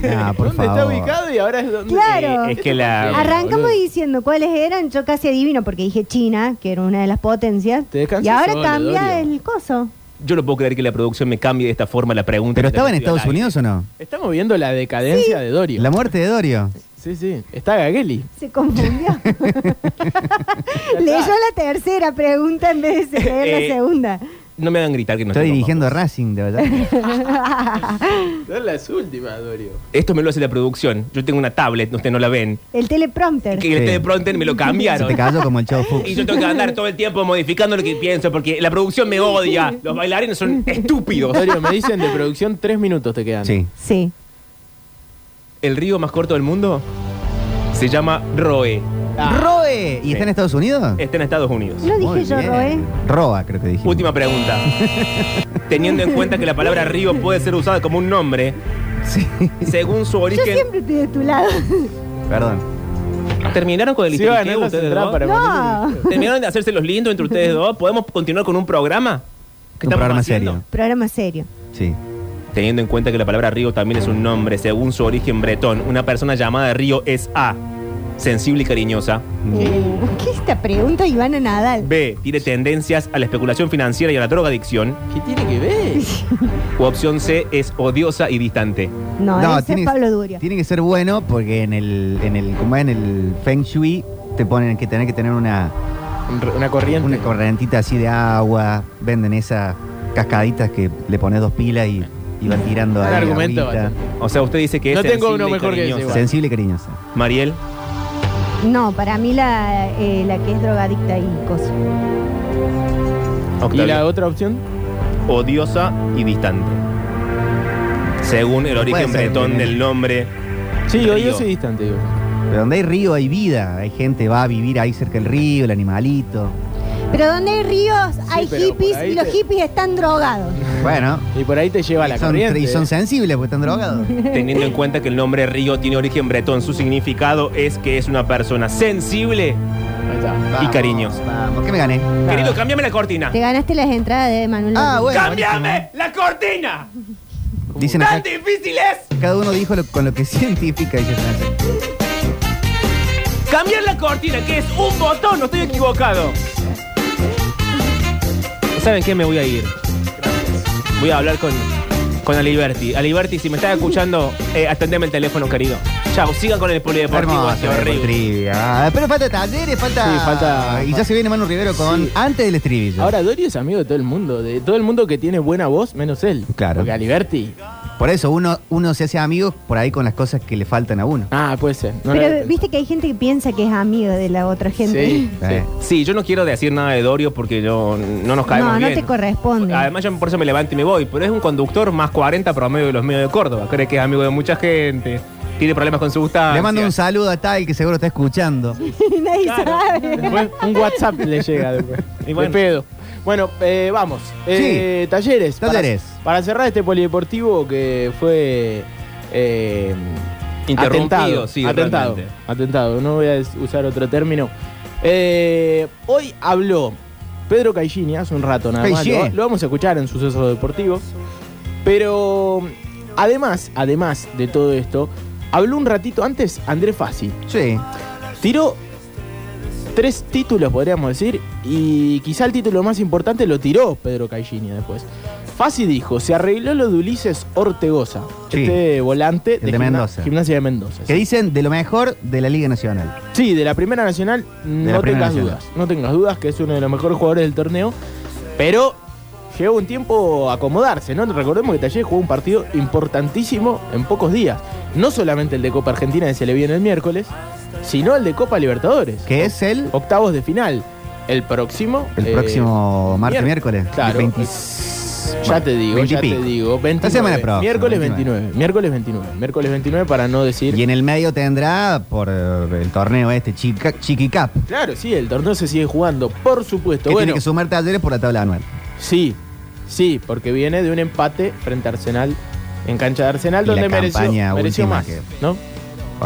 Speaker 5: Eh,
Speaker 4: Ah, por
Speaker 3: ¿Dónde
Speaker 4: favor.
Speaker 3: está ubicado y ahora es donde? eh,
Speaker 8: Claro.
Speaker 5: es que la...
Speaker 8: Arrancamos
Speaker 3: boludo.
Speaker 8: diciendo cuáles eran, yo casi adivino porque dije China, que era una de las potencias.
Speaker 3: Te descansas
Speaker 8: y ahora
Speaker 3: solo,
Speaker 8: cambia
Speaker 3: Dorio.
Speaker 8: el coso.
Speaker 5: Yo no puedo creer que la producción me cambie de esta forma la pregunta.
Speaker 4: ¿Pero
Speaker 5: que
Speaker 4: estaba en
Speaker 5: estoy al
Speaker 4: Estados
Speaker 5: aire.
Speaker 4: Unidos o no?
Speaker 3: Estamos viendo la decadencia de Dorio.
Speaker 4: La muerte de Dorio.
Speaker 3: Sí, sí. Está Gageli.
Speaker 8: Se confundió. Leyó la tercera pregunta en vez de leer
Speaker 5: Eh,
Speaker 8: la segunda.
Speaker 5: No me hagan gritar que no
Speaker 4: Está
Speaker 5: estoy
Speaker 4: dirigiendo a Racing, de verdad.
Speaker 3: Son las últimas, Dorio.
Speaker 5: Esto me lo hace la producción. Yo tengo una tablet, ustedes no la ven.
Speaker 8: El teleprompter.
Speaker 5: Que el
Speaker 4: Sí.
Speaker 5: teleprompter me lo
Speaker 4: Se
Speaker 5: cambiaron.
Speaker 4: te cayó como el Chavo Fuchs.
Speaker 5: Y yo tengo que andar todo el tiempo modificando lo que pienso porque la producción me odia. Los bailarines son estúpidos.
Speaker 3: Dorio, me dicen de producción tres minutos te quedan.
Speaker 4: Sí.
Speaker 8: Sí.
Speaker 5: El río más corto del mundo se llama Roe.
Speaker 3: Ah,
Speaker 5: Eh,
Speaker 4: ¡Roe! ¿Y está en Estados Unidos?
Speaker 5: Está en Estados Unidos.
Speaker 8: No
Speaker 4: Muy
Speaker 8: dije yo,
Speaker 4: bien.
Speaker 8: Roe.
Speaker 4: Roa, creo que dije.
Speaker 5: Última pregunta. Teniendo en cuenta que la palabra río puede ser usada como un nombre,
Speaker 4: Sí,
Speaker 5: según su
Speaker 8: Yo
Speaker 5: origen.
Speaker 8: siempre estoy de tu lado.
Speaker 4: perdón.
Speaker 5: ¿Terminaron con el
Speaker 3: Sí, va a ganar
Speaker 5: inteligente
Speaker 3: las
Speaker 5: ustedes
Speaker 3: entradas
Speaker 5: dos?
Speaker 3: para Manuel
Speaker 8: No.
Speaker 3: Orbán.
Speaker 5: ¿Terminaron de hacerse los lindos entre ustedes dos? ¿Podemos continuar con un programa? ¿Qué
Speaker 4: Un
Speaker 5: estamos
Speaker 4: programa
Speaker 5: haciendo?
Speaker 4: serio.
Speaker 8: Programa serio.
Speaker 4: Sí.
Speaker 5: Teniendo en cuenta que la palabra río también es un nombre, según su origen bretón, una persona llamada río es A, sensible y cariñosa.
Speaker 8: Uh, ¿Qué es esta pregunta, Ivana Nadal?
Speaker 5: B, tiene tendencias a la especulación financiera y a la drogadicción.
Speaker 3: ¿Qué tiene que ver?
Speaker 5: O opción C, es odiosa y distante.
Speaker 8: No, ese es Pablo Durio.
Speaker 4: tiene que ser bueno porque en el, en el, como es en el Feng Shui, te ponen que tener que tener una,
Speaker 3: Un re- Una corriente.
Speaker 4: una correntita así de agua, venden esas cascaditas que le pones dos pilas y, y van tirando
Speaker 3: Un
Speaker 4: ahí
Speaker 3: argumento
Speaker 4: agüita.
Speaker 3: bastante.
Speaker 5: O sea, usted dice que es
Speaker 3: No tengo
Speaker 5: sensible
Speaker 3: uno
Speaker 5: y
Speaker 3: mejor que ese,
Speaker 5: cariñosa.
Speaker 3: igual.
Speaker 4: Sensible y cariñosa.
Speaker 5: Mariel,
Speaker 8: No, para mí la, eh, la que es drogadicta y cosas.
Speaker 5: Octavio.
Speaker 3: ¿Y la otra opción?
Speaker 5: odiosa y distante. Según el origen
Speaker 4: ser,
Speaker 5: bretón
Speaker 4: Mariel.
Speaker 5: del nombre,
Speaker 3: Sí,
Speaker 5: Río.
Speaker 3: hoy yo soy distante, digo.
Speaker 4: Pero donde hay río hay vida, hay gente va a vivir ahí cerca del río, el animalito.
Speaker 8: Pero donde hay ríos hay
Speaker 3: pero por
Speaker 8: hippies
Speaker 3: ahí
Speaker 8: y los
Speaker 3: te-
Speaker 8: hippies están drogados.
Speaker 4: Bueno.
Speaker 3: Y por ahí te lleva la
Speaker 4: y son,
Speaker 3: corriente.
Speaker 4: y son sensibles porque están drogados.
Speaker 5: Teniendo en cuenta que el nombre Río tiene origen bretón, su significado es que es una persona sensible.
Speaker 3: Ahí está.
Speaker 4: Vamos,
Speaker 5: cariños.
Speaker 4: Vamos, que me gané.
Speaker 5: Querido, cámbiame la cortina.
Speaker 8: Te ganaste las entradas de Manuel.
Speaker 4: Ah, bueno.
Speaker 5: ¡Cámbiame la cortina!
Speaker 4: Dicen
Speaker 5: ¡Tan
Speaker 4: acá,
Speaker 5: difícil es!
Speaker 4: cada uno dijo lo- con lo que es científica. dice Francia.
Speaker 5: Cambiar la cortina, que es un botón, no estoy equivocado. ¿Saben qué? Me voy a ir. Voy a hablar con, con Aliberti. Aliberti, si me estás escuchando, eh, atendeme el teléfono, querido. Chao, sigan con el polideportivo.
Speaker 4: Hermoso, eh,
Speaker 5: este horrible.
Speaker 4: trivia. Ah, Pero falta talleres, falta.
Speaker 3: Sí, falta-
Speaker 4: Y ya se viene Manu Rivero con.
Speaker 3: Sí.
Speaker 4: Antes del estribillo.
Speaker 3: Ahora Dorio es amigo de todo el mundo, de todo el mundo que tiene buena voz, menos él.
Speaker 4: Claro.
Speaker 3: Porque Aliberti.
Speaker 4: Por eso uno, uno se hace amigos por ahí con las cosas que le faltan a uno.
Speaker 3: Ah, puede ser. No lo había
Speaker 8: Pero viste que hay gente que piensa que es amigo de la otra
Speaker 3: pensado.
Speaker 8: gente.
Speaker 3: Sí,
Speaker 4: Eh.
Speaker 3: sí.
Speaker 5: Sí, yo no quiero decir nada de Dorio porque yo, no nos caemos
Speaker 8: No, no
Speaker 5: bien.
Speaker 8: te corresponde.
Speaker 5: Además, yo por eso me levanto y me voy. Pero es un conductor más 40 promedio de los medios de Córdoba. Cree que es amigo de mucha gente. Tiene problemas con su
Speaker 3: Ah,
Speaker 5: gustancia.
Speaker 4: Le mando un saludo a Tal que seguro está escuchando.
Speaker 8: Nadie sabe.
Speaker 3: Después un WhatsApp le llega después.
Speaker 5: Y bueno.
Speaker 3: De pedo. Bueno, eh, vamos. Eh, Talleres. Para-
Speaker 4: Talleres.
Speaker 3: Para, cerrar este polideportivo que fue. eh,
Speaker 5: Interrumpido,
Speaker 3: atentado,
Speaker 5: sí,
Speaker 3: atentado,
Speaker 5: realmente.
Speaker 3: atentado, no voy a des- usar otro término. Eh, hoy habló Pedro Caillini hace un rato nada más.
Speaker 4: Caillé.
Speaker 3: Lo, lo vamos a escuchar en sucesos deportivos. Pero además, además de todo esto, habló un ratito antes Andrés Fassi.
Speaker 4: Sí.
Speaker 3: Tiró tres títulos, podríamos decir, y quizá el título más importante lo tiró Pedro Caillini después. Fácil dijo, se arregló lo de Ulises Ortegoza,
Speaker 4: Sí.
Speaker 3: este volante
Speaker 4: de
Speaker 3: gimna-
Speaker 4: Mendoza.
Speaker 3: Gimnasia de Mendoza.
Speaker 4: Que dicen de lo mejor de la Liga Nacional.
Speaker 3: Sí, de la Primera Nacional,
Speaker 4: la
Speaker 3: no
Speaker 4: Primera
Speaker 3: tengas
Speaker 4: Nacional.
Speaker 3: dudas. No tengas dudas que es uno de los mejores jugadores del torneo, pero llevó un tiempo a acomodarse, ¿no? Recordemos que Taller jugó un partido importantísimo en pocos días. No solamente el de Copa Argentina que se le viene el miércoles, sino el de Copa Libertadores.
Speaker 4: Que es el,
Speaker 3: Octavos de final. El próximo.
Speaker 4: el
Speaker 3: eh,
Speaker 4: próximo martes,
Speaker 3: mier-
Speaker 4: miércoles.
Speaker 3: Claro.
Speaker 4: el 20
Speaker 3: Ya te digo,
Speaker 4: 20 y
Speaker 3: ya te
Speaker 4: pico.
Speaker 3: digo.
Speaker 4: La
Speaker 3: 29,
Speaker 4: semana próxima,
Speaker 3: miércoles
Speaker 4: 29.
Speaker 3: 29. Miércoles 29. Miércoles 29 para no decir.
Speaker 4: Y en el medio tendrá por eh, el torneo este, Chica, Chiqui Cup. Que
Speaker 3: Claro, sí, el torneo se sigue jugando, por supuesto.
Speaker 4: tiene
Speaker 3: Bueno,
Speaker 4: que sumar talleres por la tabla anual.
Speaker 3: sí, sí, porque viene de un empate frente a Arsenal en cancha de Arsenal,
Speaker 4: Y la
Speaker 3: donde mereció,
Speaker 4: campaña
Speaker 3: mereció
Speaker 4: última
Speaker 3: más,
Speaker 4: que-
Speaker 3: ¿no?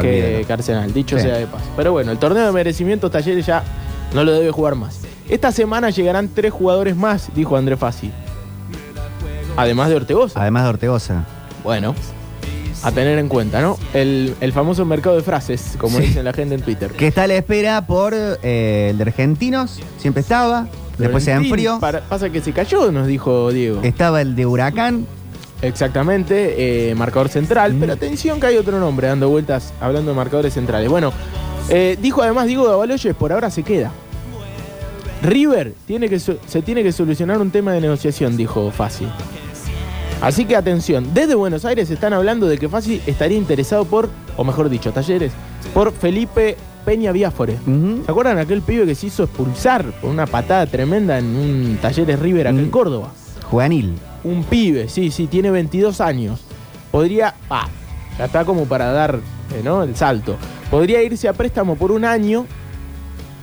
Speaker 3: que,
Speaker 4: Olvídalo.
Speaker 3: que Arsenal, dicho
Speaker 4: Sí.
Speaker 3: sea de paso. Pero bueno, el torneo de merecimientos Talleres ya no lo debe jugar más. Esta semana llegarán tres jugadores más, dijo André Fassi. Además de Ortegoza.
Speaker 4: Además de Ortegoza.
Speaker 3: Bueno, a tener en cuenta, ¿no? El, el famoso mercado de frases, como
Speaker 4: Sí.
Speaker 3: dicen la gente en Twitter.
Speaker 4: Que está a la espera por eh, el de Argentinos. Siempre estaba. Después se
Speaker 3: Florentín,
Speaker 4: enfrió.
Speaker 3: para- pasa que se cayó, nos dijo Diego.
Speaker 4: Estaba el de Huracán.
Speaker 3: Exactamente, eh, marcador
Speaker 4: Mm.
Speaker 3: central. Pero atención que hay otro nombre dando vueltas hablando de marcadores centrales. Bueno, eh, dijo además Diego Dabaloyes, por ahora se queda. River tiene que so- se tiene que solucionar un tema de negociación, dijo Fassi. Así que atención, desde Buenos Aires están hablando de que Fassi estaría interesado por, o mejor dicho, Talleres, por Felipe Peña Biafore.
Speaker 4: Ujú.
Speaker 3: ¿Se acuerdan aquel pibe que se hizo expulsar por una patada tremenda en un Talleres River acá en
Speaker 4: Mm.
Speaker 3: Córdoba?
Speaker 4: Juvenil.
Speaker 3: Un pibe, sí, sí, tiene 22 años. Podría, ah, ya está como para dar eh, ¿no? el salto. Podría irse a préstamo por un año.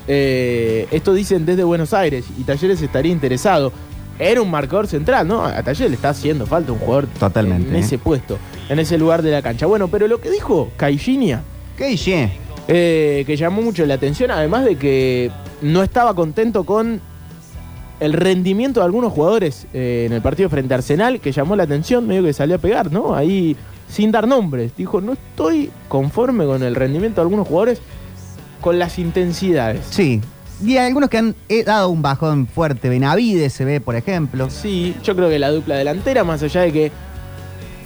Speaker 3: Eh, esto dicen desde Buenos Aires y Talleres estaría interesado. Era un marcador central, ¿no? A Talleres le está haciendo falta un jugador
Speaker 4: Totalmente,
Speaker 3: en
Speaker 4: eh.
Speaker 3: ese puesto, en ese lugar de la cancha. Bueno, pero lo que dijo Caixinha,
Speaker 4: ¿Qué dije?
Speaker 3: eh, que llamó mucho la atención, además de que no estaba contento con el rendimiento de algunos jugadores eh, en el partido frente a Arsenal, que llamó la atención, medio que salió a pegar, ¿no? Ahí sin dar nombres, dijo, no estoy conforme con el rendimiento de algunos jugadores, con las intensidades.
Speaker 4: Sí. Y hay algunos que han eh, dado un bajón fuerte. Benavides se ve, por ejemplo.
Speaker 3: Sí, yo creo que la dupla delantera, más allá de que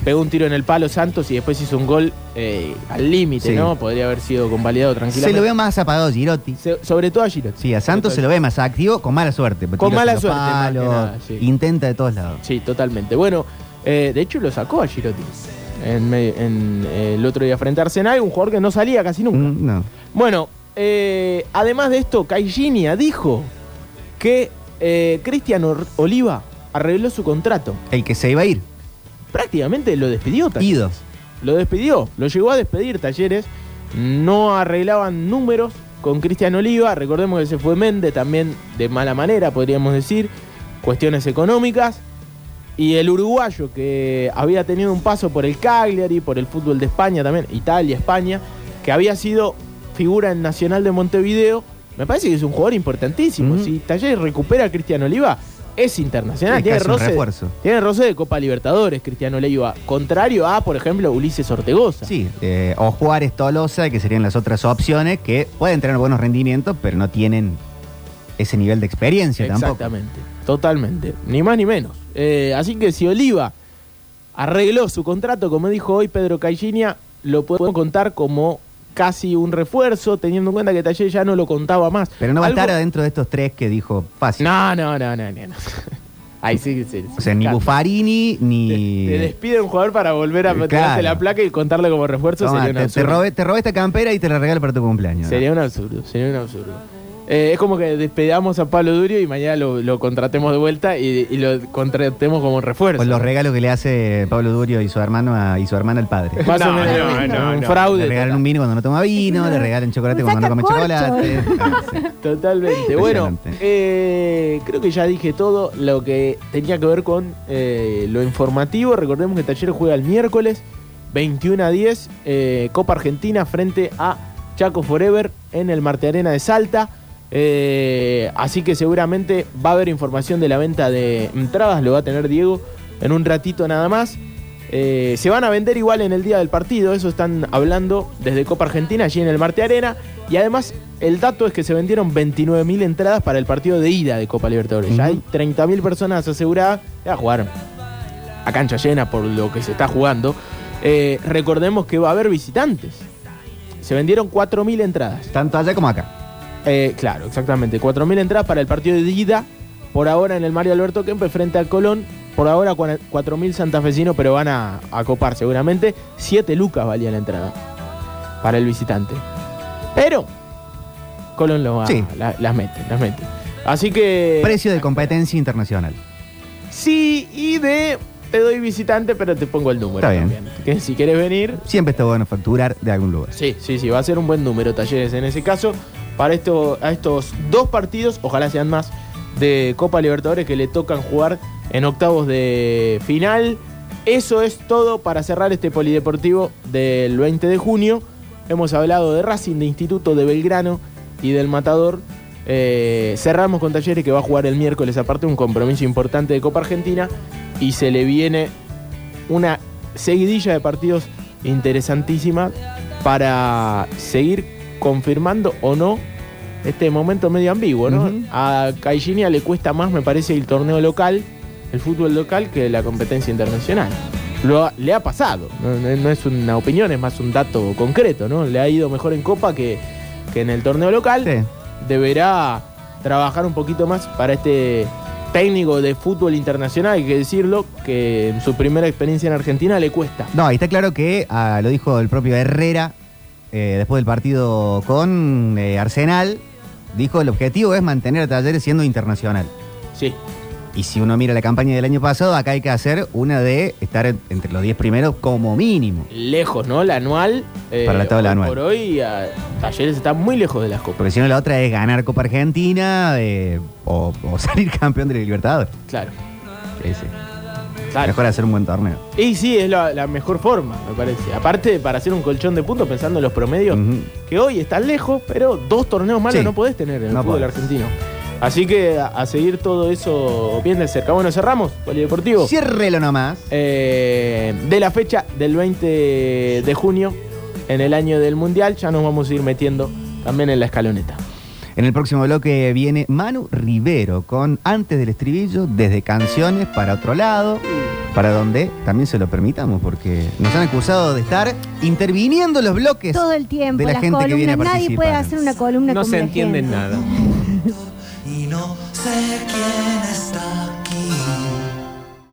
Speaker 3: pegó un tiro en el palo Santos y después hizo un gol eh, al límite,
Speaker 4: Sí.
Speaker 3: ¿no? Podría haber sido convalidado
Speaker 4: Se
Speaker 3: tranquilamente.
Speaker 4: lo ve más apagado Girotti.
Speaker 3: Se- sobre todo a Girotti.
Speaker 4: Sí, a Santos se lo ve más activo, con mala suerte. porque
Speaker 3: Con
Speaker 4: tira
Speaker 3: mala
Speaker 4: los
Speaker 3: suerte, más que
Speaker 4: palos,
Speaker 3: nada, sí.
Speaker 4: Intenta de todos lados.
Speaker 3: Sí, totalmente. Bueno, eh, de hecho lo sacó a Girotti en, me- en, eh, el otro día frente a Arsenal, un jugador que no salía casi nunca.
Speaker 4: Mm, no.
Speaker 3: Bueno, eh, además de esto, Caixinha dijo que eh, Cristian Or- Oliva arregló su contrato.
Speaker 4: El que se iba a ir.
Speaker 3: Prácticamente lo despidió. Talleres.
Speaker 4: Ido.
Speaker 3: Lo despidió, lo llegó a despedir Talleres. No arreglaban números con Cristian Oliva. Recordemos que se fue Méndez también de mala manera, podríamos decir. Cuestiones económicas. Y el uruguayo que había tenido un paso por el Cagliari, por el fútbol de España también, Italia, España, que había sido figura en Nacional de Montevideo. Me parece que es un jugador importantísimo. Si Talleres recupera a Cristian Oliva, es internacional.
Speaker 4: Sí,
Speaker 3: tiene,
Speaker 4: casi un
Speaker 3: roce,
Speaker 4: refuerzo.
Speaker 3: tiene roce de Copa Libertadores, Cristian Oliva. Contrario a, por ejemplo, Ulises Ortegoza.
Speaker 4: Sí, eh, o Juárez Tolosa, que serían las otras opciones, que pueden tener buenos rendimientos, pero no tienen ese nivel de experiencia tampoco.
Speaker 3: Exactamente, totalmente, ni más ni menos. Eh, así que si Oliva arregló su contrato, como dijo hoy Pedro Caixinha, lo podemos contar como casi un refuerzo, teniendo en cuenta que Taller ya no lo contaba más.
Speaker 4: Pero no va
Speaker 3: Algo-
Speaker 4: a estar adentro de estos tres que dijo fácil.
Speaker 3: No, no, no, no, no. no. Ahí sí, sí, sí.
Speaker 4: o sea, ni
Speaker 3: Claro.
Speaker 4: Buffarini, ni.
Speaker 3: Te, te despide un jugador para volver a
Speaker 4: Eh,
Speaker 3: tirarte
Speaker 4: claro.
Speaker 3: la placa y contarle como refuerzo.
Speaker 4: Toma,
Speaker 3: sería un
Speaker 4: te, te
Speaker 3: absurdo.
Speaker 4: robé, te robé esta campera y te la regalo para tu cumpleaños.
Speaker 3: Sería un absurdo, sería un absurdo. Eh, es como que despedamos a Pablo Durio y mañana lo, lo contratemos de vuelta y, y lo contratemos como refuerzo.
Speaker 4: Con los regalos que le hace Pablo Durio y su hermano a- y su hermana al padre.
Speaker 3: Más o
Speaker 5: No,
Speaker 3: menos.
Speaker 5: no, no,
Speaker 3: un
Speaker 5: no.
Speaker 4: Le
Speaker 3: fraude.
Speaker 4: regalan un vino cuando no toma vino, le regalan chocolate
Speaker 8: Un
Speaker 4: cuando no come chocolate.
Speaker 8: sacacorcho.
Speaker 4: Ah, sí.
Speaker 3: Totalmente. Bueno,
Speaker 4: Impresionante.
Speaker 3: eh, creo que ya dije todo lo que tenía que ver con eh, lo informativo. Recordemos que Taller juega el miércoles 21 a 10, eh, Copa Argentina frente a Chaco Forever en el Marte Arena de Salta. Eh, así que seguramente va a haber información de la venta de entradas, lo va a tener Diego en un ratito nada más. Eh, se van a vender igual en el día del partido, eso están hablando desde Copa Argentina, allí en el Marte Arena. Y además, el dato es que se vendieron 29.000 entradas para el partido de ida de Copa Libertadores. Ya hay 30.000 personas aseguradas, ya jugaron a cancha llena por lo que se está jugando. Eh, recordemos que va a haber visitantes. Se vendieron 4.000 entradas.
Speaker 4: Tanto allá como acá.
Speaker 3: Eh, claro, exactamente. 4.000 entradas para el partido de ida. Por ahora en el Mario Alberto Kempe frente al Colón. Por ahora cua- 4.000 santafesinos, pero van a, a copar seguramente. 7 lucas valía la entrada para el visitante. Pero Colón lo va,
Speaker 4: Sí.
Speaker 3: la- las mete, las mete. Así que...
Speaker 4: Precio de competencia internacional.
Speaker 3: Sí, y de... Te doy visitante, pero te pongo el número.
Speaker 4: Está bien.
Speaker 3: también. Que si quieres venir,
Speaker 4: Siempre está bueno facturar de algún lugar.
Speaker 3: Sí, sí, sí, va a ser un buen número talleres en ese caso. Para esto, a estos dos partidos, ojalá sean más, de Copa Libertadores que le tocan jugar en octavos de final. Eso es todo para cerrar este polideportivo del 20 de junio. Hemos hablado de Racing, de Instituto, de Belgrano y del Matador. Eh, cerramos con Talleres que va a jugar el miércoles, aparte un compromiso importante de Copa Argentina. Y se le viene una seguidilla de partidos interesantísima para seguir confirmando o no este momento medio ambiguo, ¿no?
Speaker 4: Ujú.
Speaker 3: A Caixinha le cuesta más, me parece, el torneo local, el fútbol local, que la competencia internacional. Lo ha- le ha pasado, no, no- no es una opinión, es más un dato concreto, ¿no? Le ha ido mejor en Copa que, que en el torneo local
Speaker 4: Sí.
Speaker 3: deberá trabajar un poquito más para este técnico de fútbol internacional, hay que decirlo, que en su primera experiencia en Argentina le cuesta.
Speaker 4: No, y está claro que ah, lo dijo el propio Herrera eh, después del partido con eh, Arsenal. Dijo: el objetivo es mantener a Talleres siendo internacional.
Speaker 3: Sí,
Speaker 4: Y si uno mira la campaña del año pasado, acá hay que hacer una de estar en- entre los 10 primeros como mínimo.
Speaker 3: lejos, ¿no? La anual. eh,
Speaker 4: Para la tabla
Speaker 3: hoy
Speaker 4: anual.
Speaker 3: Por hoy, a- Talleres está muy lejos de las copas.
Speaker 4: Porque si no, la otra es ganar Copa Argentina eh, o, o salir campeón de la Libertadores.
Speaker 3: Claro,
Speaker 4: Sí, sí.
Speaker 3: claro.
Speaker 4: Mejor hacer un buen torneo.
Speaker 3: Y sí, es la, la mejor forma, me parece. Aparte, para hacer un colchón de puntos, pensando en los promedios,
Speaker 4: Ujú.
Speaker 3: que hoy están lejos, pero dos torneos malos
Speaker 4: Sí.
Speaker 3: no podés tener en el
Speaker 4: No
Speaker 3: fútbol
Speaker 4: podés.
Speaker 3: argentino. Así que a, a seguir todo eso bien de cerca. Bueno, cerramos, Polideportivo.
Speaker 4: Ciérrelo nomás.
Speaker 3: Eh, de la fecha del 20 de junio en el año del Mundial. Ya nos vamos a ir metiendo también en la escaloneta.
Speaker 4: En el próximo bloque viene Manu Rivero con Antes del estribillo, desde canciones para otro lado, para donde también se lo permitamos, porque nos han acusado de estar interviniendo los bloques.
Speaker 8: Todo el tiempo,
Speaker 4: de la
Speaker 8: las
Speaker 4: gente que
Speaker 8: columnas.
Speaker 4: viene a
Speaker 8: Nadie puede
Speaker 4: participar.
Speaker 8: hacer una columna
Speaker 5: No
Speaker 8: como
Speaker 5: se
Speaker 8: la
Speaker 5: entiende
Speaker 8: gente.
Speaker 5: nada.
Speaker 9: y no sé quién